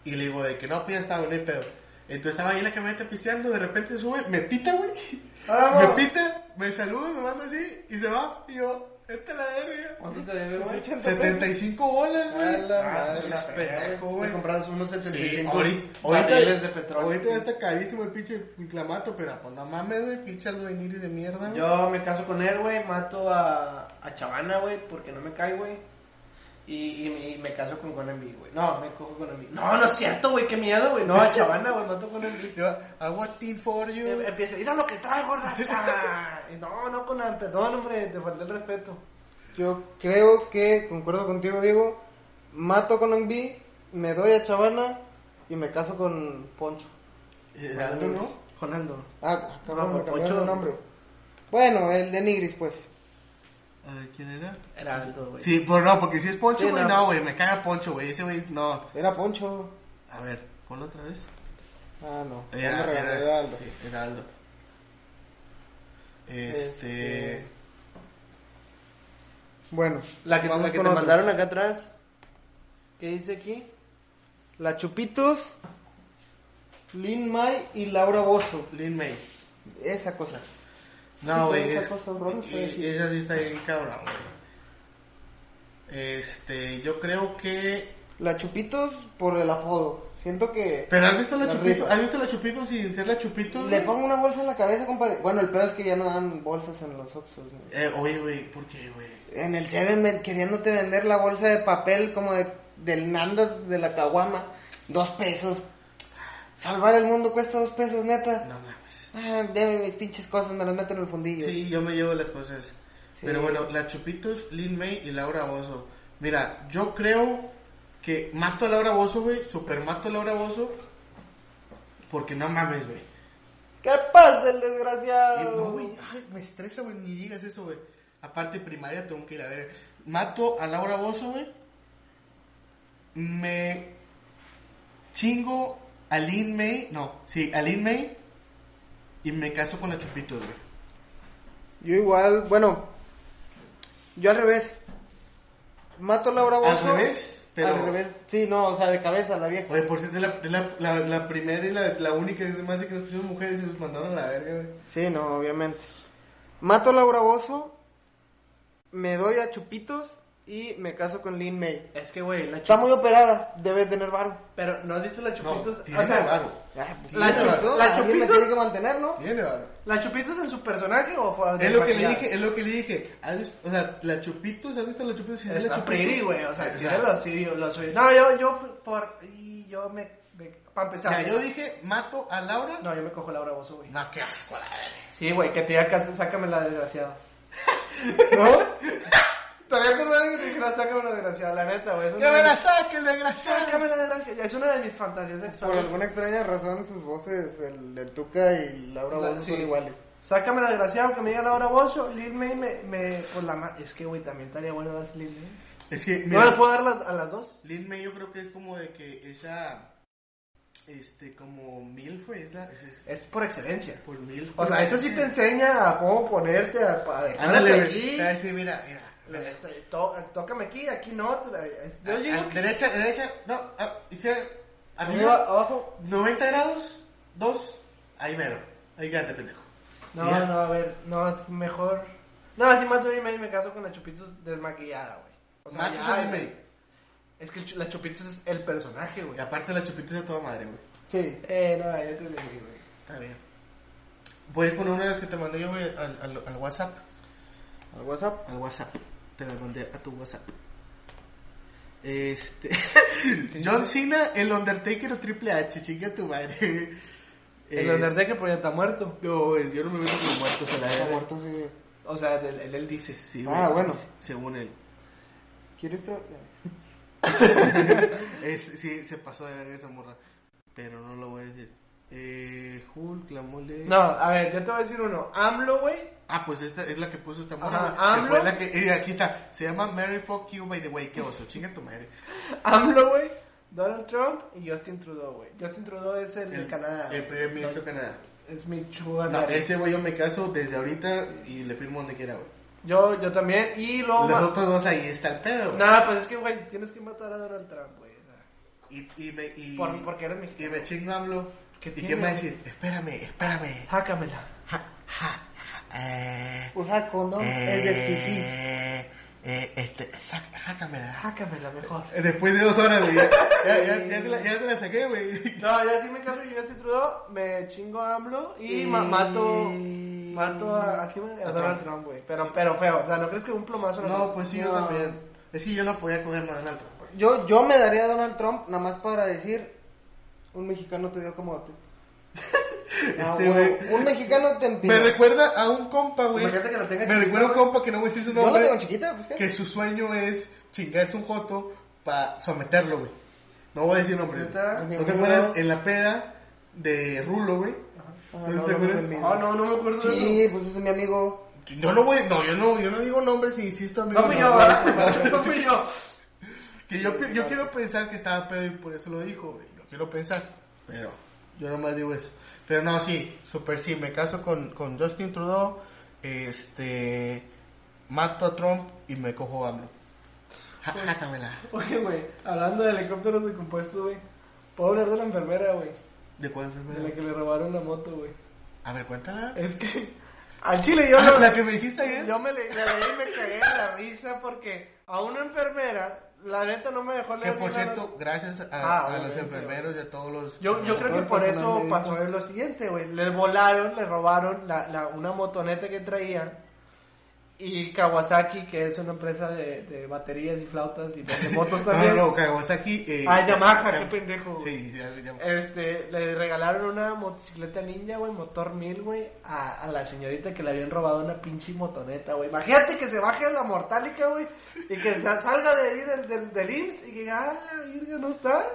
Speaker 1: Y le digo, de que no, pues ya está, güey, no hay pedo. Entonces estaba ahí en la camioneta pisteando, de repente sube, me pita, güey.
Speaker 2: Ah,
Speaker 1: Me
Speaker 2: no.
Speaker 1: pita, me saluda, me manda así y se va. Y yo, esta es la verga.
Speaker 2: ¿Cuánto te debe, güey?
Speaker 1: 75 bolas,
Speaker 3: A
Speaker 1: güey.
Speaker 3: la
Speaker 1: Ah,
Speaker 3: madre,
Speaker 1: eso es
Speaker 3: las
Speaker 1: una pendeja,
Speaker 3: pendejas.
Speaker 1: güey.
Speaker 2: Te compras unos
Speaker 1: Sí,
Speaker 2: 75
Speaker 1: ahorita,
Speaker 2: barriles de
Speaker 1: ahorita,
Speaker 2: petróleo.
Speaker 1: ahorita ya está carísimo el pinche clamato, pero pues no mames, güey, pinche albañil de mierda. güey.
Speaker 2: Yo me caso con él, güey, mato a, a Chavana, güey, porque no me cae, güey. Y, y- y me caso con Conan B, güey. No, me cojo con B. No, no es cierto, güey, qué miedo, güey. No, a Chavana, güey, mato con B.
Speaker 1: Yo, I want tea for you.
Speaker 2: Em- Empieza, mira lo que traigo, raza. Y No, no, Conan, perdón, hombre, te falté el respeto.
Speaker 3: Yo creo que, concuerdo contigo, Diego, mato con un B, me doy a Chavana y me caso con Poncho.
Speaker 1: Geraldo, Eh, ¿no?
Speaker 2: Jonaldo.
Speaker 3: Ah,
Speaker 2: No,
Speaker 3: cabrón, me cambiaron
Speaker 2: Poncho.
Speaker 3: el nombre. Bueno, el de Nigris, pues.
Speaker 1: A ver, ¿quién era?
Speaker 2: Era alto, güey.
Speaker 1: Sí, pero no, porque si es Poncho,
Speaker 3: Sí,
Speaker 1: güey,
Speaker 3: no.
Speaker 1: no, güey, me caga Poncho, güey, ese güey, no.
Speaker 3: Era Poncho.
Speaker 1: A ver, ponlo otra vez.
Speaker 3: Ah, no. Ya me
Speaker 1: Era,
Speaker 3: regalé,
Speaker 1: era,
Speaker 3: era Aldo.
Speaker 1: sí, era Aldo. Este...
Speaker 3: Este, Bueno,
Speaker 2: La que,
Speaker 3: vamos
Speaker 2: la que te
Speaker 3: con otra.
Speaker 2: mandaron acá atrás. ¿Qué dice aquí?
Speaker 3: La Chupitos, Lin May y Laura Bozo.
Speaker 1: Lin May.
Speaker 3: Esa cosa.
Speaker 1: No,
Speaker 3: Sí,
Speaker 1: güey.
Speaker 3: pero
Speaker 1: Es,
Speaker 3: esa cosa horrorosa,
Speaker 1: y-
Speaker 3: güey.
Speaker 1: y esa sí está bien cabrón, güey. Este, yo creo que.
Speaker 3: La Chupitos por el apodo. Siento que.
Speaker 1: Pero has visto la,
Speaker 3: La
Speaker 1: Chupito.
Speaker 3: rifa.
Speaker 1: ¿Has visto la Chupito sin ser la Chupito? güey?
Speaker 3: Le pongo una bolsa en la cabeza, compadre. Bueno, el pedo es que ya no dan bolsas en los Oxxos. güey.
Speaker 1: Eh, oye, güey, ¿por qué, güey?
Speaker 3: En el 7 queriéndote vender la bolsa de papel como de, del Nandas de la Caguama. Dos pesos. Salvar el mundo cuesta dos pesos, neta.
Speaker 1: No mames.
Speaker 3: Ah, deme mis pinches cosas, me las meto en el fundillo.
Speaker 1: Sí, yo me llevo las cosas.
Speaker 3: Sí.
Speaker 1: Pero bueno, la Chupitos, Lin May y Laura Bozo. Mira, yo creo que mato a Laura Bozo, güey. Super mato a Laura Bozo. Porque no mames, güey.
Speaker 3: ¿Qué pasa, el
Speaker 1: Eh,
Speaker 3: desgraciado?
Speaker 1: No, güey, ay, me estresa, güey, ni digas eso, güey. Aparte, primaria tengo que ir a ver. Mato a Laura Bozo, güey. Me chingo a Lin May, no, sí, a Lin May. Y me caso con la Chupitos, güey.
Speaker 3: Yo igual, bueno, yo al revés. Mato a Laura Bozo.
Speaker 1: Al revés, pero-
Speaker 3: Al revés. Sí, no, o sea, de cabeza, la vieja.
Speaker 1: Oye, por cierto, es la, es la, la, la primera y la, la única que se me hace que nos pusieron mujeres y nos mandaron a la verga, güey.
Speaker 3: Sí, no, obviamente. Mato a Laura Bozo, me doy a Chupitos y me caso con Lin May.
Speaker 2: Es que, güey, la
Speaker 3: Está muy
Speaker 2: Chupitos-
Speaker 3: operada, debe tener varo.
Speaker 2: Pero, ¿no has visto la
Speaker 1: No,
Speaker 2: Chupitos?
Speaker 1: tiene
Speaker 2: o sea,
Speaker 1: varo.
Speaker 3: Ah, pues,
Speaker 2: La
Speaker 3: tiene
Speaker 2: chup-
Speaker 3: razón,
Speaker 2: la
Speaker 3: alguien me
Speaker 2: Chupitos-
Speaker 3: tiene que mantener, ¿no?
Speaker 1: Tiene varo.
Speaker 2: ¿La Chupitos en su personaje o fue
Speaker 1: Es lo que le dije, es lo que le dije. ¿Has visto- o sea, la Chupitos, ¿has visto la Chupitos? Sí, sí, la
Speaker 2: Está
Speaker 1: Chupitos.
Speaker 2: pretty, güey. O sea, tiene
Speaker 1: Exacto.
Speaker 2: los sí, los suyos. No, yo, yo, por. Y yo me. para empezar.
Speaker 1: Mira, yo dije, mato a Laura.
Speaker 2: No, yo me cojo Laura Bozo, güey.
Speaker 1: No, qué asco, la verga.
Speaker 2: Sí, güey, que te diga casa, sácamela, desgraciado.
Speaker 3: ¿No?
Speaker 2: Todavía con nadie que te dijera, sácamela, desgraciado. La neta, güey. es una
Speaker 1: Ya
Speaker 2: de
Speaker 1: me la
Speaker 2: mis-
Speaker 1: saque, el desgraciado.
Speaker 2: Sácamela, desgraciado. Es una de mis fantasías
Speaker 3: Por
Speaker 2: sexuales.
Speaker 3: alguna extraña razón, sus voces, el, el Tuca y Laura
Speaker 2: La-
Speaker 3: Bozo
Speaker 2: sí.
Speaker 3: son iguales.
Speaker 2: Sácamela, desgraciado, que me diga Laura Bozo. Lil May me. me pues la ma- Es que, güey, también estaría bueno darse Lil May.
Speaker 1: Es que,
Speaker 2: ¿No le
Speaker 1: mira,
Speaker 2: puedo dar las- a las dos?
Speaker 1: Lin May yo creo que es como de que esa, este, como mil fue, es la, es, es-
Speaker 2: Es por excelencia.
Speaker 1: por mil.
Speaker 2: O sea, eso sí te enseña a cómo ponerte, a, a dejarte
Speaker 1: Ándale,
Speaker 2: aquí.
Speaker 1: güey. Ah, sí, mira, mira.
Speaker 2: Le- te- to- Tócame aquí, aquí no. te- es- Yo
Speaker 1: Ah,
Speaker 2: digo
Speaker 1: ah,
Speaker 2: que-
Speaker 1: Derecha, derecha, no, ah, hiciera, arriba,
Speaker 3: Arriba, abajo.
Speaker 1: 90 grados, dos, ahí mero. Ahí quédate, pendejo.
Speaker 2: No,
Speaker 1: Ya.
Speaker 2: no, a ver, no, es mejor. No, si mato a Lil May me caso con la Chupitos desmaquillada, güey. O sea,
Speaker 1: Matas
Speaker 2: ya,
Speaker 1: a Lin May.
Speaker 2: Es que el Chu- la Chupitos es el personaje, güey.
Speaker 1: Y aparte la chupita es a toda madre, güey.
Speaker 3: Sí.
Speaker 2: Eh, no, yo creo que sí, güey.
Speaker 1: Está bien. Puedes poner una de las que te mandé yo, güey, al, al, al WhatsApp.
Speaker 3: Al WhatsApp.
Speaker 1: al WhatsApp. Te la mandé a tu WhatsApp. Este. John Cena, el Undertaker o Triple H, chinga tu madre.
Speaker 2: El
Speaker 1: Eh,
Speaker 2: Undertaker, pues ya está muerto.
Speaker 1: No, güey, yo no me meto con muertos a la
Speaker 3: Está
Speaker 1: verga.
Speaker 3: muerto, sí.
Speaker 2: O sea, él, él- él dice.
Speaker 1: Sí,
Speaker 3: Ah,
Speaker 1: güey,
Speaker 3: bueno.
Speaker 1: Según él.
Speaker 3: ¿Quieres tra-
Speaker 1: Es- sí, se pasó de verga esa morra. Pero no lo voy a decir. Eh, Hulk, la mole.
Speaker 2: No, a ver, yo te voy a decir uno. AMLO, güey.
Speaker 1: Ah, pues esta es la que puso esta
Speaker 2: Ajá,
Speaker 1: morra. güey.
Speaker 2: ah,
Speaker 1: Que
Speaker 2: AMLO.
Speaker 1: fue la que- eh, aquí está. Se llama Mary Fuck You, by the way. Qué oso. Chinga tu madre.
Speaker 2: AMLO, güey. Donald Trump y Justin Trudeau, güey. Justin Trudeau es el, de Canadá.
Speaker 1: El primer ministro de Canadá.
Speaker 2: Es mi chuga.
Speaker 1: No, ese güey yo me caso desde ahorita y le firmo donde quiera, güey.
Speaker 2: Yo, yo también. Y luego...
Speaker 1: Los
Speaker 2: ma-
Speaker 1: otros dos ahí está el pedo. güey.
Speaker 2: Nah, pues es que, güey, tienes que matar a Donald Trump, güey. o sea,
Speaker 1: Y, y me. Y,
Speaker 2: Por, porque eres
Speaker 1: y
Speaker 2: mexicano.
Speaker 1: me chingo hablo.
Speaker 2: ¿Qué
Speaker 1: ¿Y
Speaker 2: tiene?
Speaker 1: qué me va a decir? Espérame, espérame.
Speaker 2: Hácamela.
Speaker 1: Ja, ja, ja, eh,
Speaker 3: Un jaco, ¿no? Es de
Speaker 1: eh, eh, este, sac- sácamela.
Speaker 2: Hácamela mejor.
Speaker 1: Después de dos horas, güey. Ya, ya, ya, ya te, la, ya te la saqué, güey.
Speaker 2: No, yo sí me caso yo Justin Trudeau, me chingo a AMLO y ma- mato... Mato a, ¿a, quién, güey? a
Speaker 1: A
Speaker 2: Donald
Speaker 1: Trump.
Speaker 2: Trump, güey. Pero, pero feo. O sea, ¿no crees que un plomazo...
Speaker 1: No, pues sí, yo
Speaker 3: No.
Speaker 1: también. Es que yo no podía cogerme a Donald Trump, güey.
Speaker 3: Yo, yo me daría a Donald Trump nada más para decir, un mexicano te dio como a ti. Ah,
Speaker 1: Este,
Speaker 3: güey,
Speaker 1: güey.
Speaker 3: un mexicano te empinó.
Speaker 1: Me recuerda a un compa, güey.
Speaker 2: Imagínate que lo tenga
Speaker 1: Me
Speaker 2: chiquito,
Speaker 1: recuerda a un
Speaker 2: güey.
Speaker 1: compa que no voy a decir su
Speaker 3: Yo lo
Speaker 1: nombre.
Speaker 3: tengo chiquita, pues, ¿qué?
Speaker 1: que su sueño es chingarse un joto para someterlo, güey. No voy a decir nombre. güey.
Speaker 2: ¿Neta?
Speaker 1: ¿No te acuerdas en la peda de Rulo, güey?
Speaker 3: Ah,
Speaker 1: ¿No
Speaker 3: no,
Speaker 1: te
Speaker 3: no,
Speaker 1: acuerdas?
Speaker 3: no, no,
Speaker 2: No, no, no me acuerdo de eso.
Speaker 3: Sí, pues es mi amigo.
Speaker 1: Yo no voy, no, yo no, yo no digo nombres, insisto, amigo.
Speaker 2: No fui yo,
Speaker 1: no,
Speaker 2: ¿verdad? No fui yo.
Speaker 1: Que yo, pi- yo quiero pensar que estaba pedo y por eso lo dijo, güey. Yo quiero pensar, pero yo nomás digo eso. Pero no, sí, super sí, me caso con, con Justin Trudeau, este, mato a Trump y me cojo a AMLO. Ja-
Speaker 2: Pues,
Speaker 1: jácamela.
Speaker 2: Oye, güey, hablando de helicópteros de compuestos, güey. Puedo hablar de la enfermera, güey.
Speaker 1: ¿De cuál
Speaker 2: De la
Speaker 1: enfermedad?
Speaker 2: que le robaron la moto, güey.
Speaker 1: A ver, cuéntala.
Speaker 2: Es que al chile Eh, yo
Speaker 1: Ah,
Speaker 2: no-
Speaker 1: la que me dijiste ayer.
Speaker 2: Yo me le, la leí y me cagué de la risa porque a una enfermera, la neta no me dejó
Speaker 1: Que
Speaker 2: leer
Speaker 1: por
Speaker 2: ni nada.
Speaker 1: cierto, gracias a,
Speaker 2: Ah,
Speaker 1: a los
Speaker 2: obviamente.
Speaker 1: enfermeros y a todos los...
Speaker 2: Yo, yo creo que por eso pasó lo siguiente, güey. Le volaron, le robaron la, la- una motoneta que traía. Y Kawasaki, que es una empresa de, de baterías y flautas y vende motos
Speaker 1: No,
Speaker 2: también.
Speaker 1: no, no, Kawasaki... Eh,
Speaker 2: Ah, Yamaha, qué pendejo,
Speaker 1: Sí,
Speaker 2: güey.
Speaker 1: ya, Yamaha.
Speaker 2: Este, le regalaron una motocicleta ninja, güey, motor mil, güey, a, a la señorita que le habían robado una pinche motoneta, güey. Imagínate que se baje a la mortálica, güey, y que sa- salga de ahí del, del, del IMSS y que diga, ah, la virgen, ¿no está?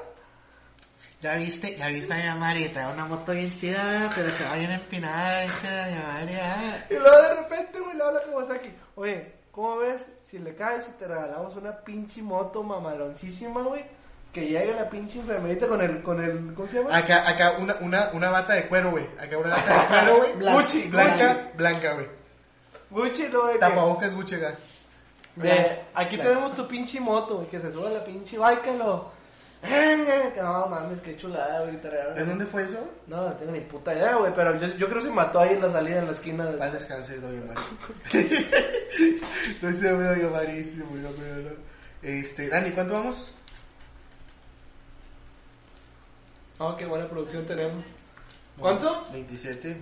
Speaker 1: Ya viste, ya viste a mi Mari, trae una moto bien chida, pero se va bien empinada, esta mi Mari, ah.
Speaker 2: Y luego de repente, güey, le habla Kawasaki, oye, ¿cómo ves? Si le caes y te regalamos una pinche moto mamaloncísima, güey, que llegue la pinche enfermerita con el, con el, ¿cómo se llama?
Speaker 1: Acá, acá, una, una, una bata de cuero, güey. Acá una bata de cuero, güey.
Speaker 2: Blanca.
Speaker 1: Gucci, blanca, blanca, güey.
Speaker 2: Gucci, lo de que-
Speaker 1: Tapabocas Gucci, acá.
Speaker 2: Ve, aquí tenemos tu pinche moto, güey, que se suba la pinche bike, lo. No mames, qué chulada, güey. te regalaron.
Speaker 1: ¿De dónde fue eso?
Speaker 2: No, no tengo ni puta idea, güey, pero yo, yo creo que se mató ahí en la salida, en la esquina. de-
Speaker 1: Paz descanse, doña Mari. no sé, doña Mari, se murió, pero no. Este, Dani, ¿cuánto vamos?
Speaker 2: Oh, qué buena producción tenemos. ¿Cuánto?
Speaker 1: 27.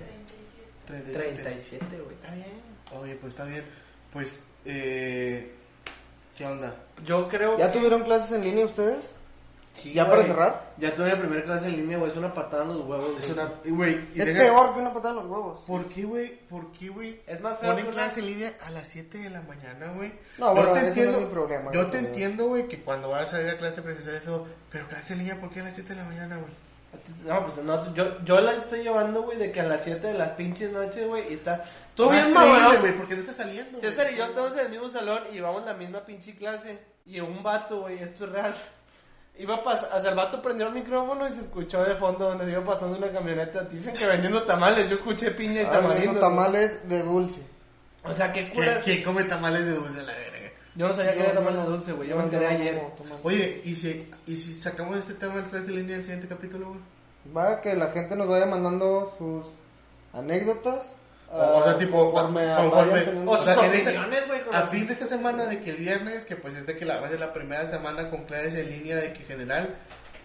Speaker 1: 37.
Speaker 2: 37, güey, está bien.
Speaker 1: Oye, pues está bien. Pues, eh, ¿qué onda?
Speaker 2: Yo creo
Speaker 3: ¿Ya
Speaker 2: que-
Speaker 3: tuvieron clases en línea ustedes?
Speaker 2: Sí,
Speaker 3: ¿Ya para
Speaker 2: güey.
Speaker 3: cerrar?
Speaker 2: Ya tuve la primera clase en línea, güey, es una patada en los huevos.
Speaker 1: Es
Speaker 2: güey.
Speaker 1: una, güey, y
Speaker 3: Es
Speaker 1: deja-
Speaker 3: peor que una patada en los huevos.
Speaker 1: ¿Por qué, güey? ¿Por qué, güey?
Speaker 2: Es más feo
Speaker 1: Ponen
Speaker 2: que una-
Speaker 1: clase en línea a las 7 de la mañana, güey.
Speaker 3: No, bueno, eso no es mi problema,
Speaker 1: Yo
Speaker 3: no
Speaker 1: te
Speaker 3: sé.
Speaker 1: entiendo, güey, que cuando vas a ir a clase presencial y todo, pero clase en línea, ¿por qué a las 7 de la mañana, güey?
Speaker 2: No, pues no, yo, yo la estoy llevando, güey, de que a las 7 de las pinches noches, güey, y está. Tú
Speaker 1: Más
Speaker 2: bien,
Speaker 1: creíble,
Speaker 2: mamá,
Speaker 1: güey, porque no está saliendo. güey.
Speaker 2: César y yo estamos en el mismo salón y llevamos la misma pinche clase. Y un vato, güey, esto es real. Iba a pasar, o sea, el vato prendió el micrófono y se escuchó de fondo donde iba pasando una camioneta. Dicen que vendiendo tamales, yo escuché piña y
Speaker 3: Ah,
Speaker 2: tamarindo.
Speaker 3: los tamales de dulce.
Speaker 2: O sea, qué
Speaker 1: ¿Quién,
Speaker 2: cura.
Speaker 1: quién come tamales de dulce a la verga?
Speaker 2: Yo no sabía que era tamales dulce, güey, yo me enteré ayer.
Speaker 1: Oye, ¿y si, ¿y si sacamos este tema de clase en línea en el siguiente capítulo, güey?
Speaker 3: Va que la gente nos vaya mandando sus anécdotas.
Speaker 1: O sea,
Speaker 3: ah,
Speaker 1: tipo,
Speaker 3: conforme,
Speaker 1: con- conforme-
Speaker 3: vayan teniendo-
Speaker 2: O
Speaker 1: O sea,
Speaker 2: sus
Speaker 1: en esa-
Speaker 2: opiniones, güey, con
Speaker 1: A
Speaker 2: las-
Speaker 1: fin de esta semana, de que el viernes, que pues es de que la base la primera semana con clases en línea, de que en general,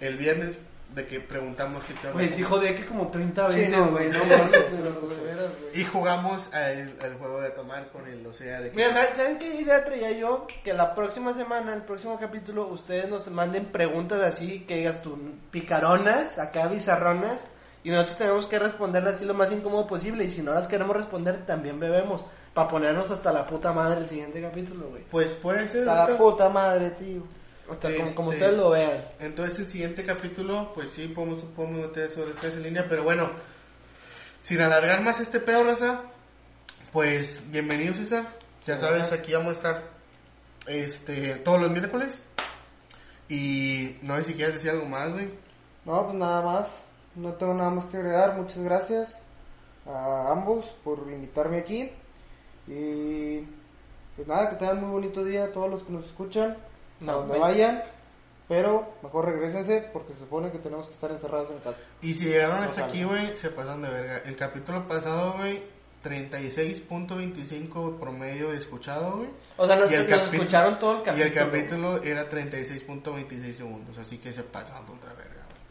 Speaker 1: el viernes, de que preguntamos qué te
Speaker 2: Güey, dijo de que como 30
Speaker 3: Sí,
Speaker 2: veces,
Speaker 3: no,
Speaker 2: güey, no,
Speaker 3: no,
Speaker 2: mames,
Speaker 3: no,
Speaker 2: güey,
Speaker 3: no,
Speaker 2: de veras, güey.
Speaker 1: Y jugamos al, al juego de tomar con el, o sea, de que...
Speaker 2: Mira, ¿saben, saben qué idea traía yo? Que la próxima semana, el próximo capítulo, ustedes nos manden preguntas así, que digas tú, picaronas, acá bizarronas, y nosotros tenemos que responderlas así lo más incómodo posible, y si no las queremos responder, también bebemos, para ponernos hasta la puta madre el siguiente capítulo, güey.
Speaker 1: Pues puede ser...
Speaker 3: Hasta la
Speaker 1: ahorita-
Speaker 3: puta madre, tío. O sea, como, como
Speaker 1: Este-
Speaker 3: ustedes lo vean.
Speaker 1: Entonces, el siguiente capítulo, pues sí, podemos, podemos meter sobre las clases en línea, pero bueno, sin alargar más este pedo, raza, pues bienvenido, César. Ya sabes, aquí vamos a estar este, todos los miércoles. Y no sé si quieres decir algo más, güey.
Speaker 3: No, pues nada más. No tengo nada más que agregar. Muchas gracias a ambos por invitarme aquí. Y pues nada, que tengan muy bonito día a todos los que nos escuchan,
Speaker 2: No,
Speaker 3: a donde
Speaker 2: güey.
Speaker 3: vayan. Pero mejor regresense porque se supone que tenemos que estar encerrados en casa.
Speaker 1: Y si llegaron hasta
Speaker 3: Ojalá.
Speaker 1: aquí, güey, se pasan de verga. El capítulo pasado, güey, 36.25 promedio de escuchado, güey.
Speaker 2: O sea, nos,
Speaker 1: Y el
Speaker 2: nos
Speaker 1: capítulo-
Speaker 2: escucharon todo el
Speaker 1: Y
Speaker 2: capítulo.
Speaker 1: el capítulo era 36.26 segundos, así que se pasaron otra verga. güey.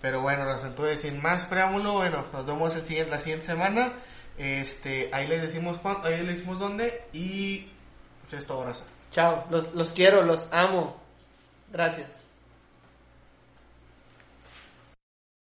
Speaker 1: Pero bueno, raza, entonces sin más preámbulo, bueno, nos vemos el siguiente, la siguiente semana. Este, ahí les decimos cuándo, ahí les decimos dónde y pues, es todo, raza.
Speaker 2: Chao, los, los quiero, los amo. Gracias.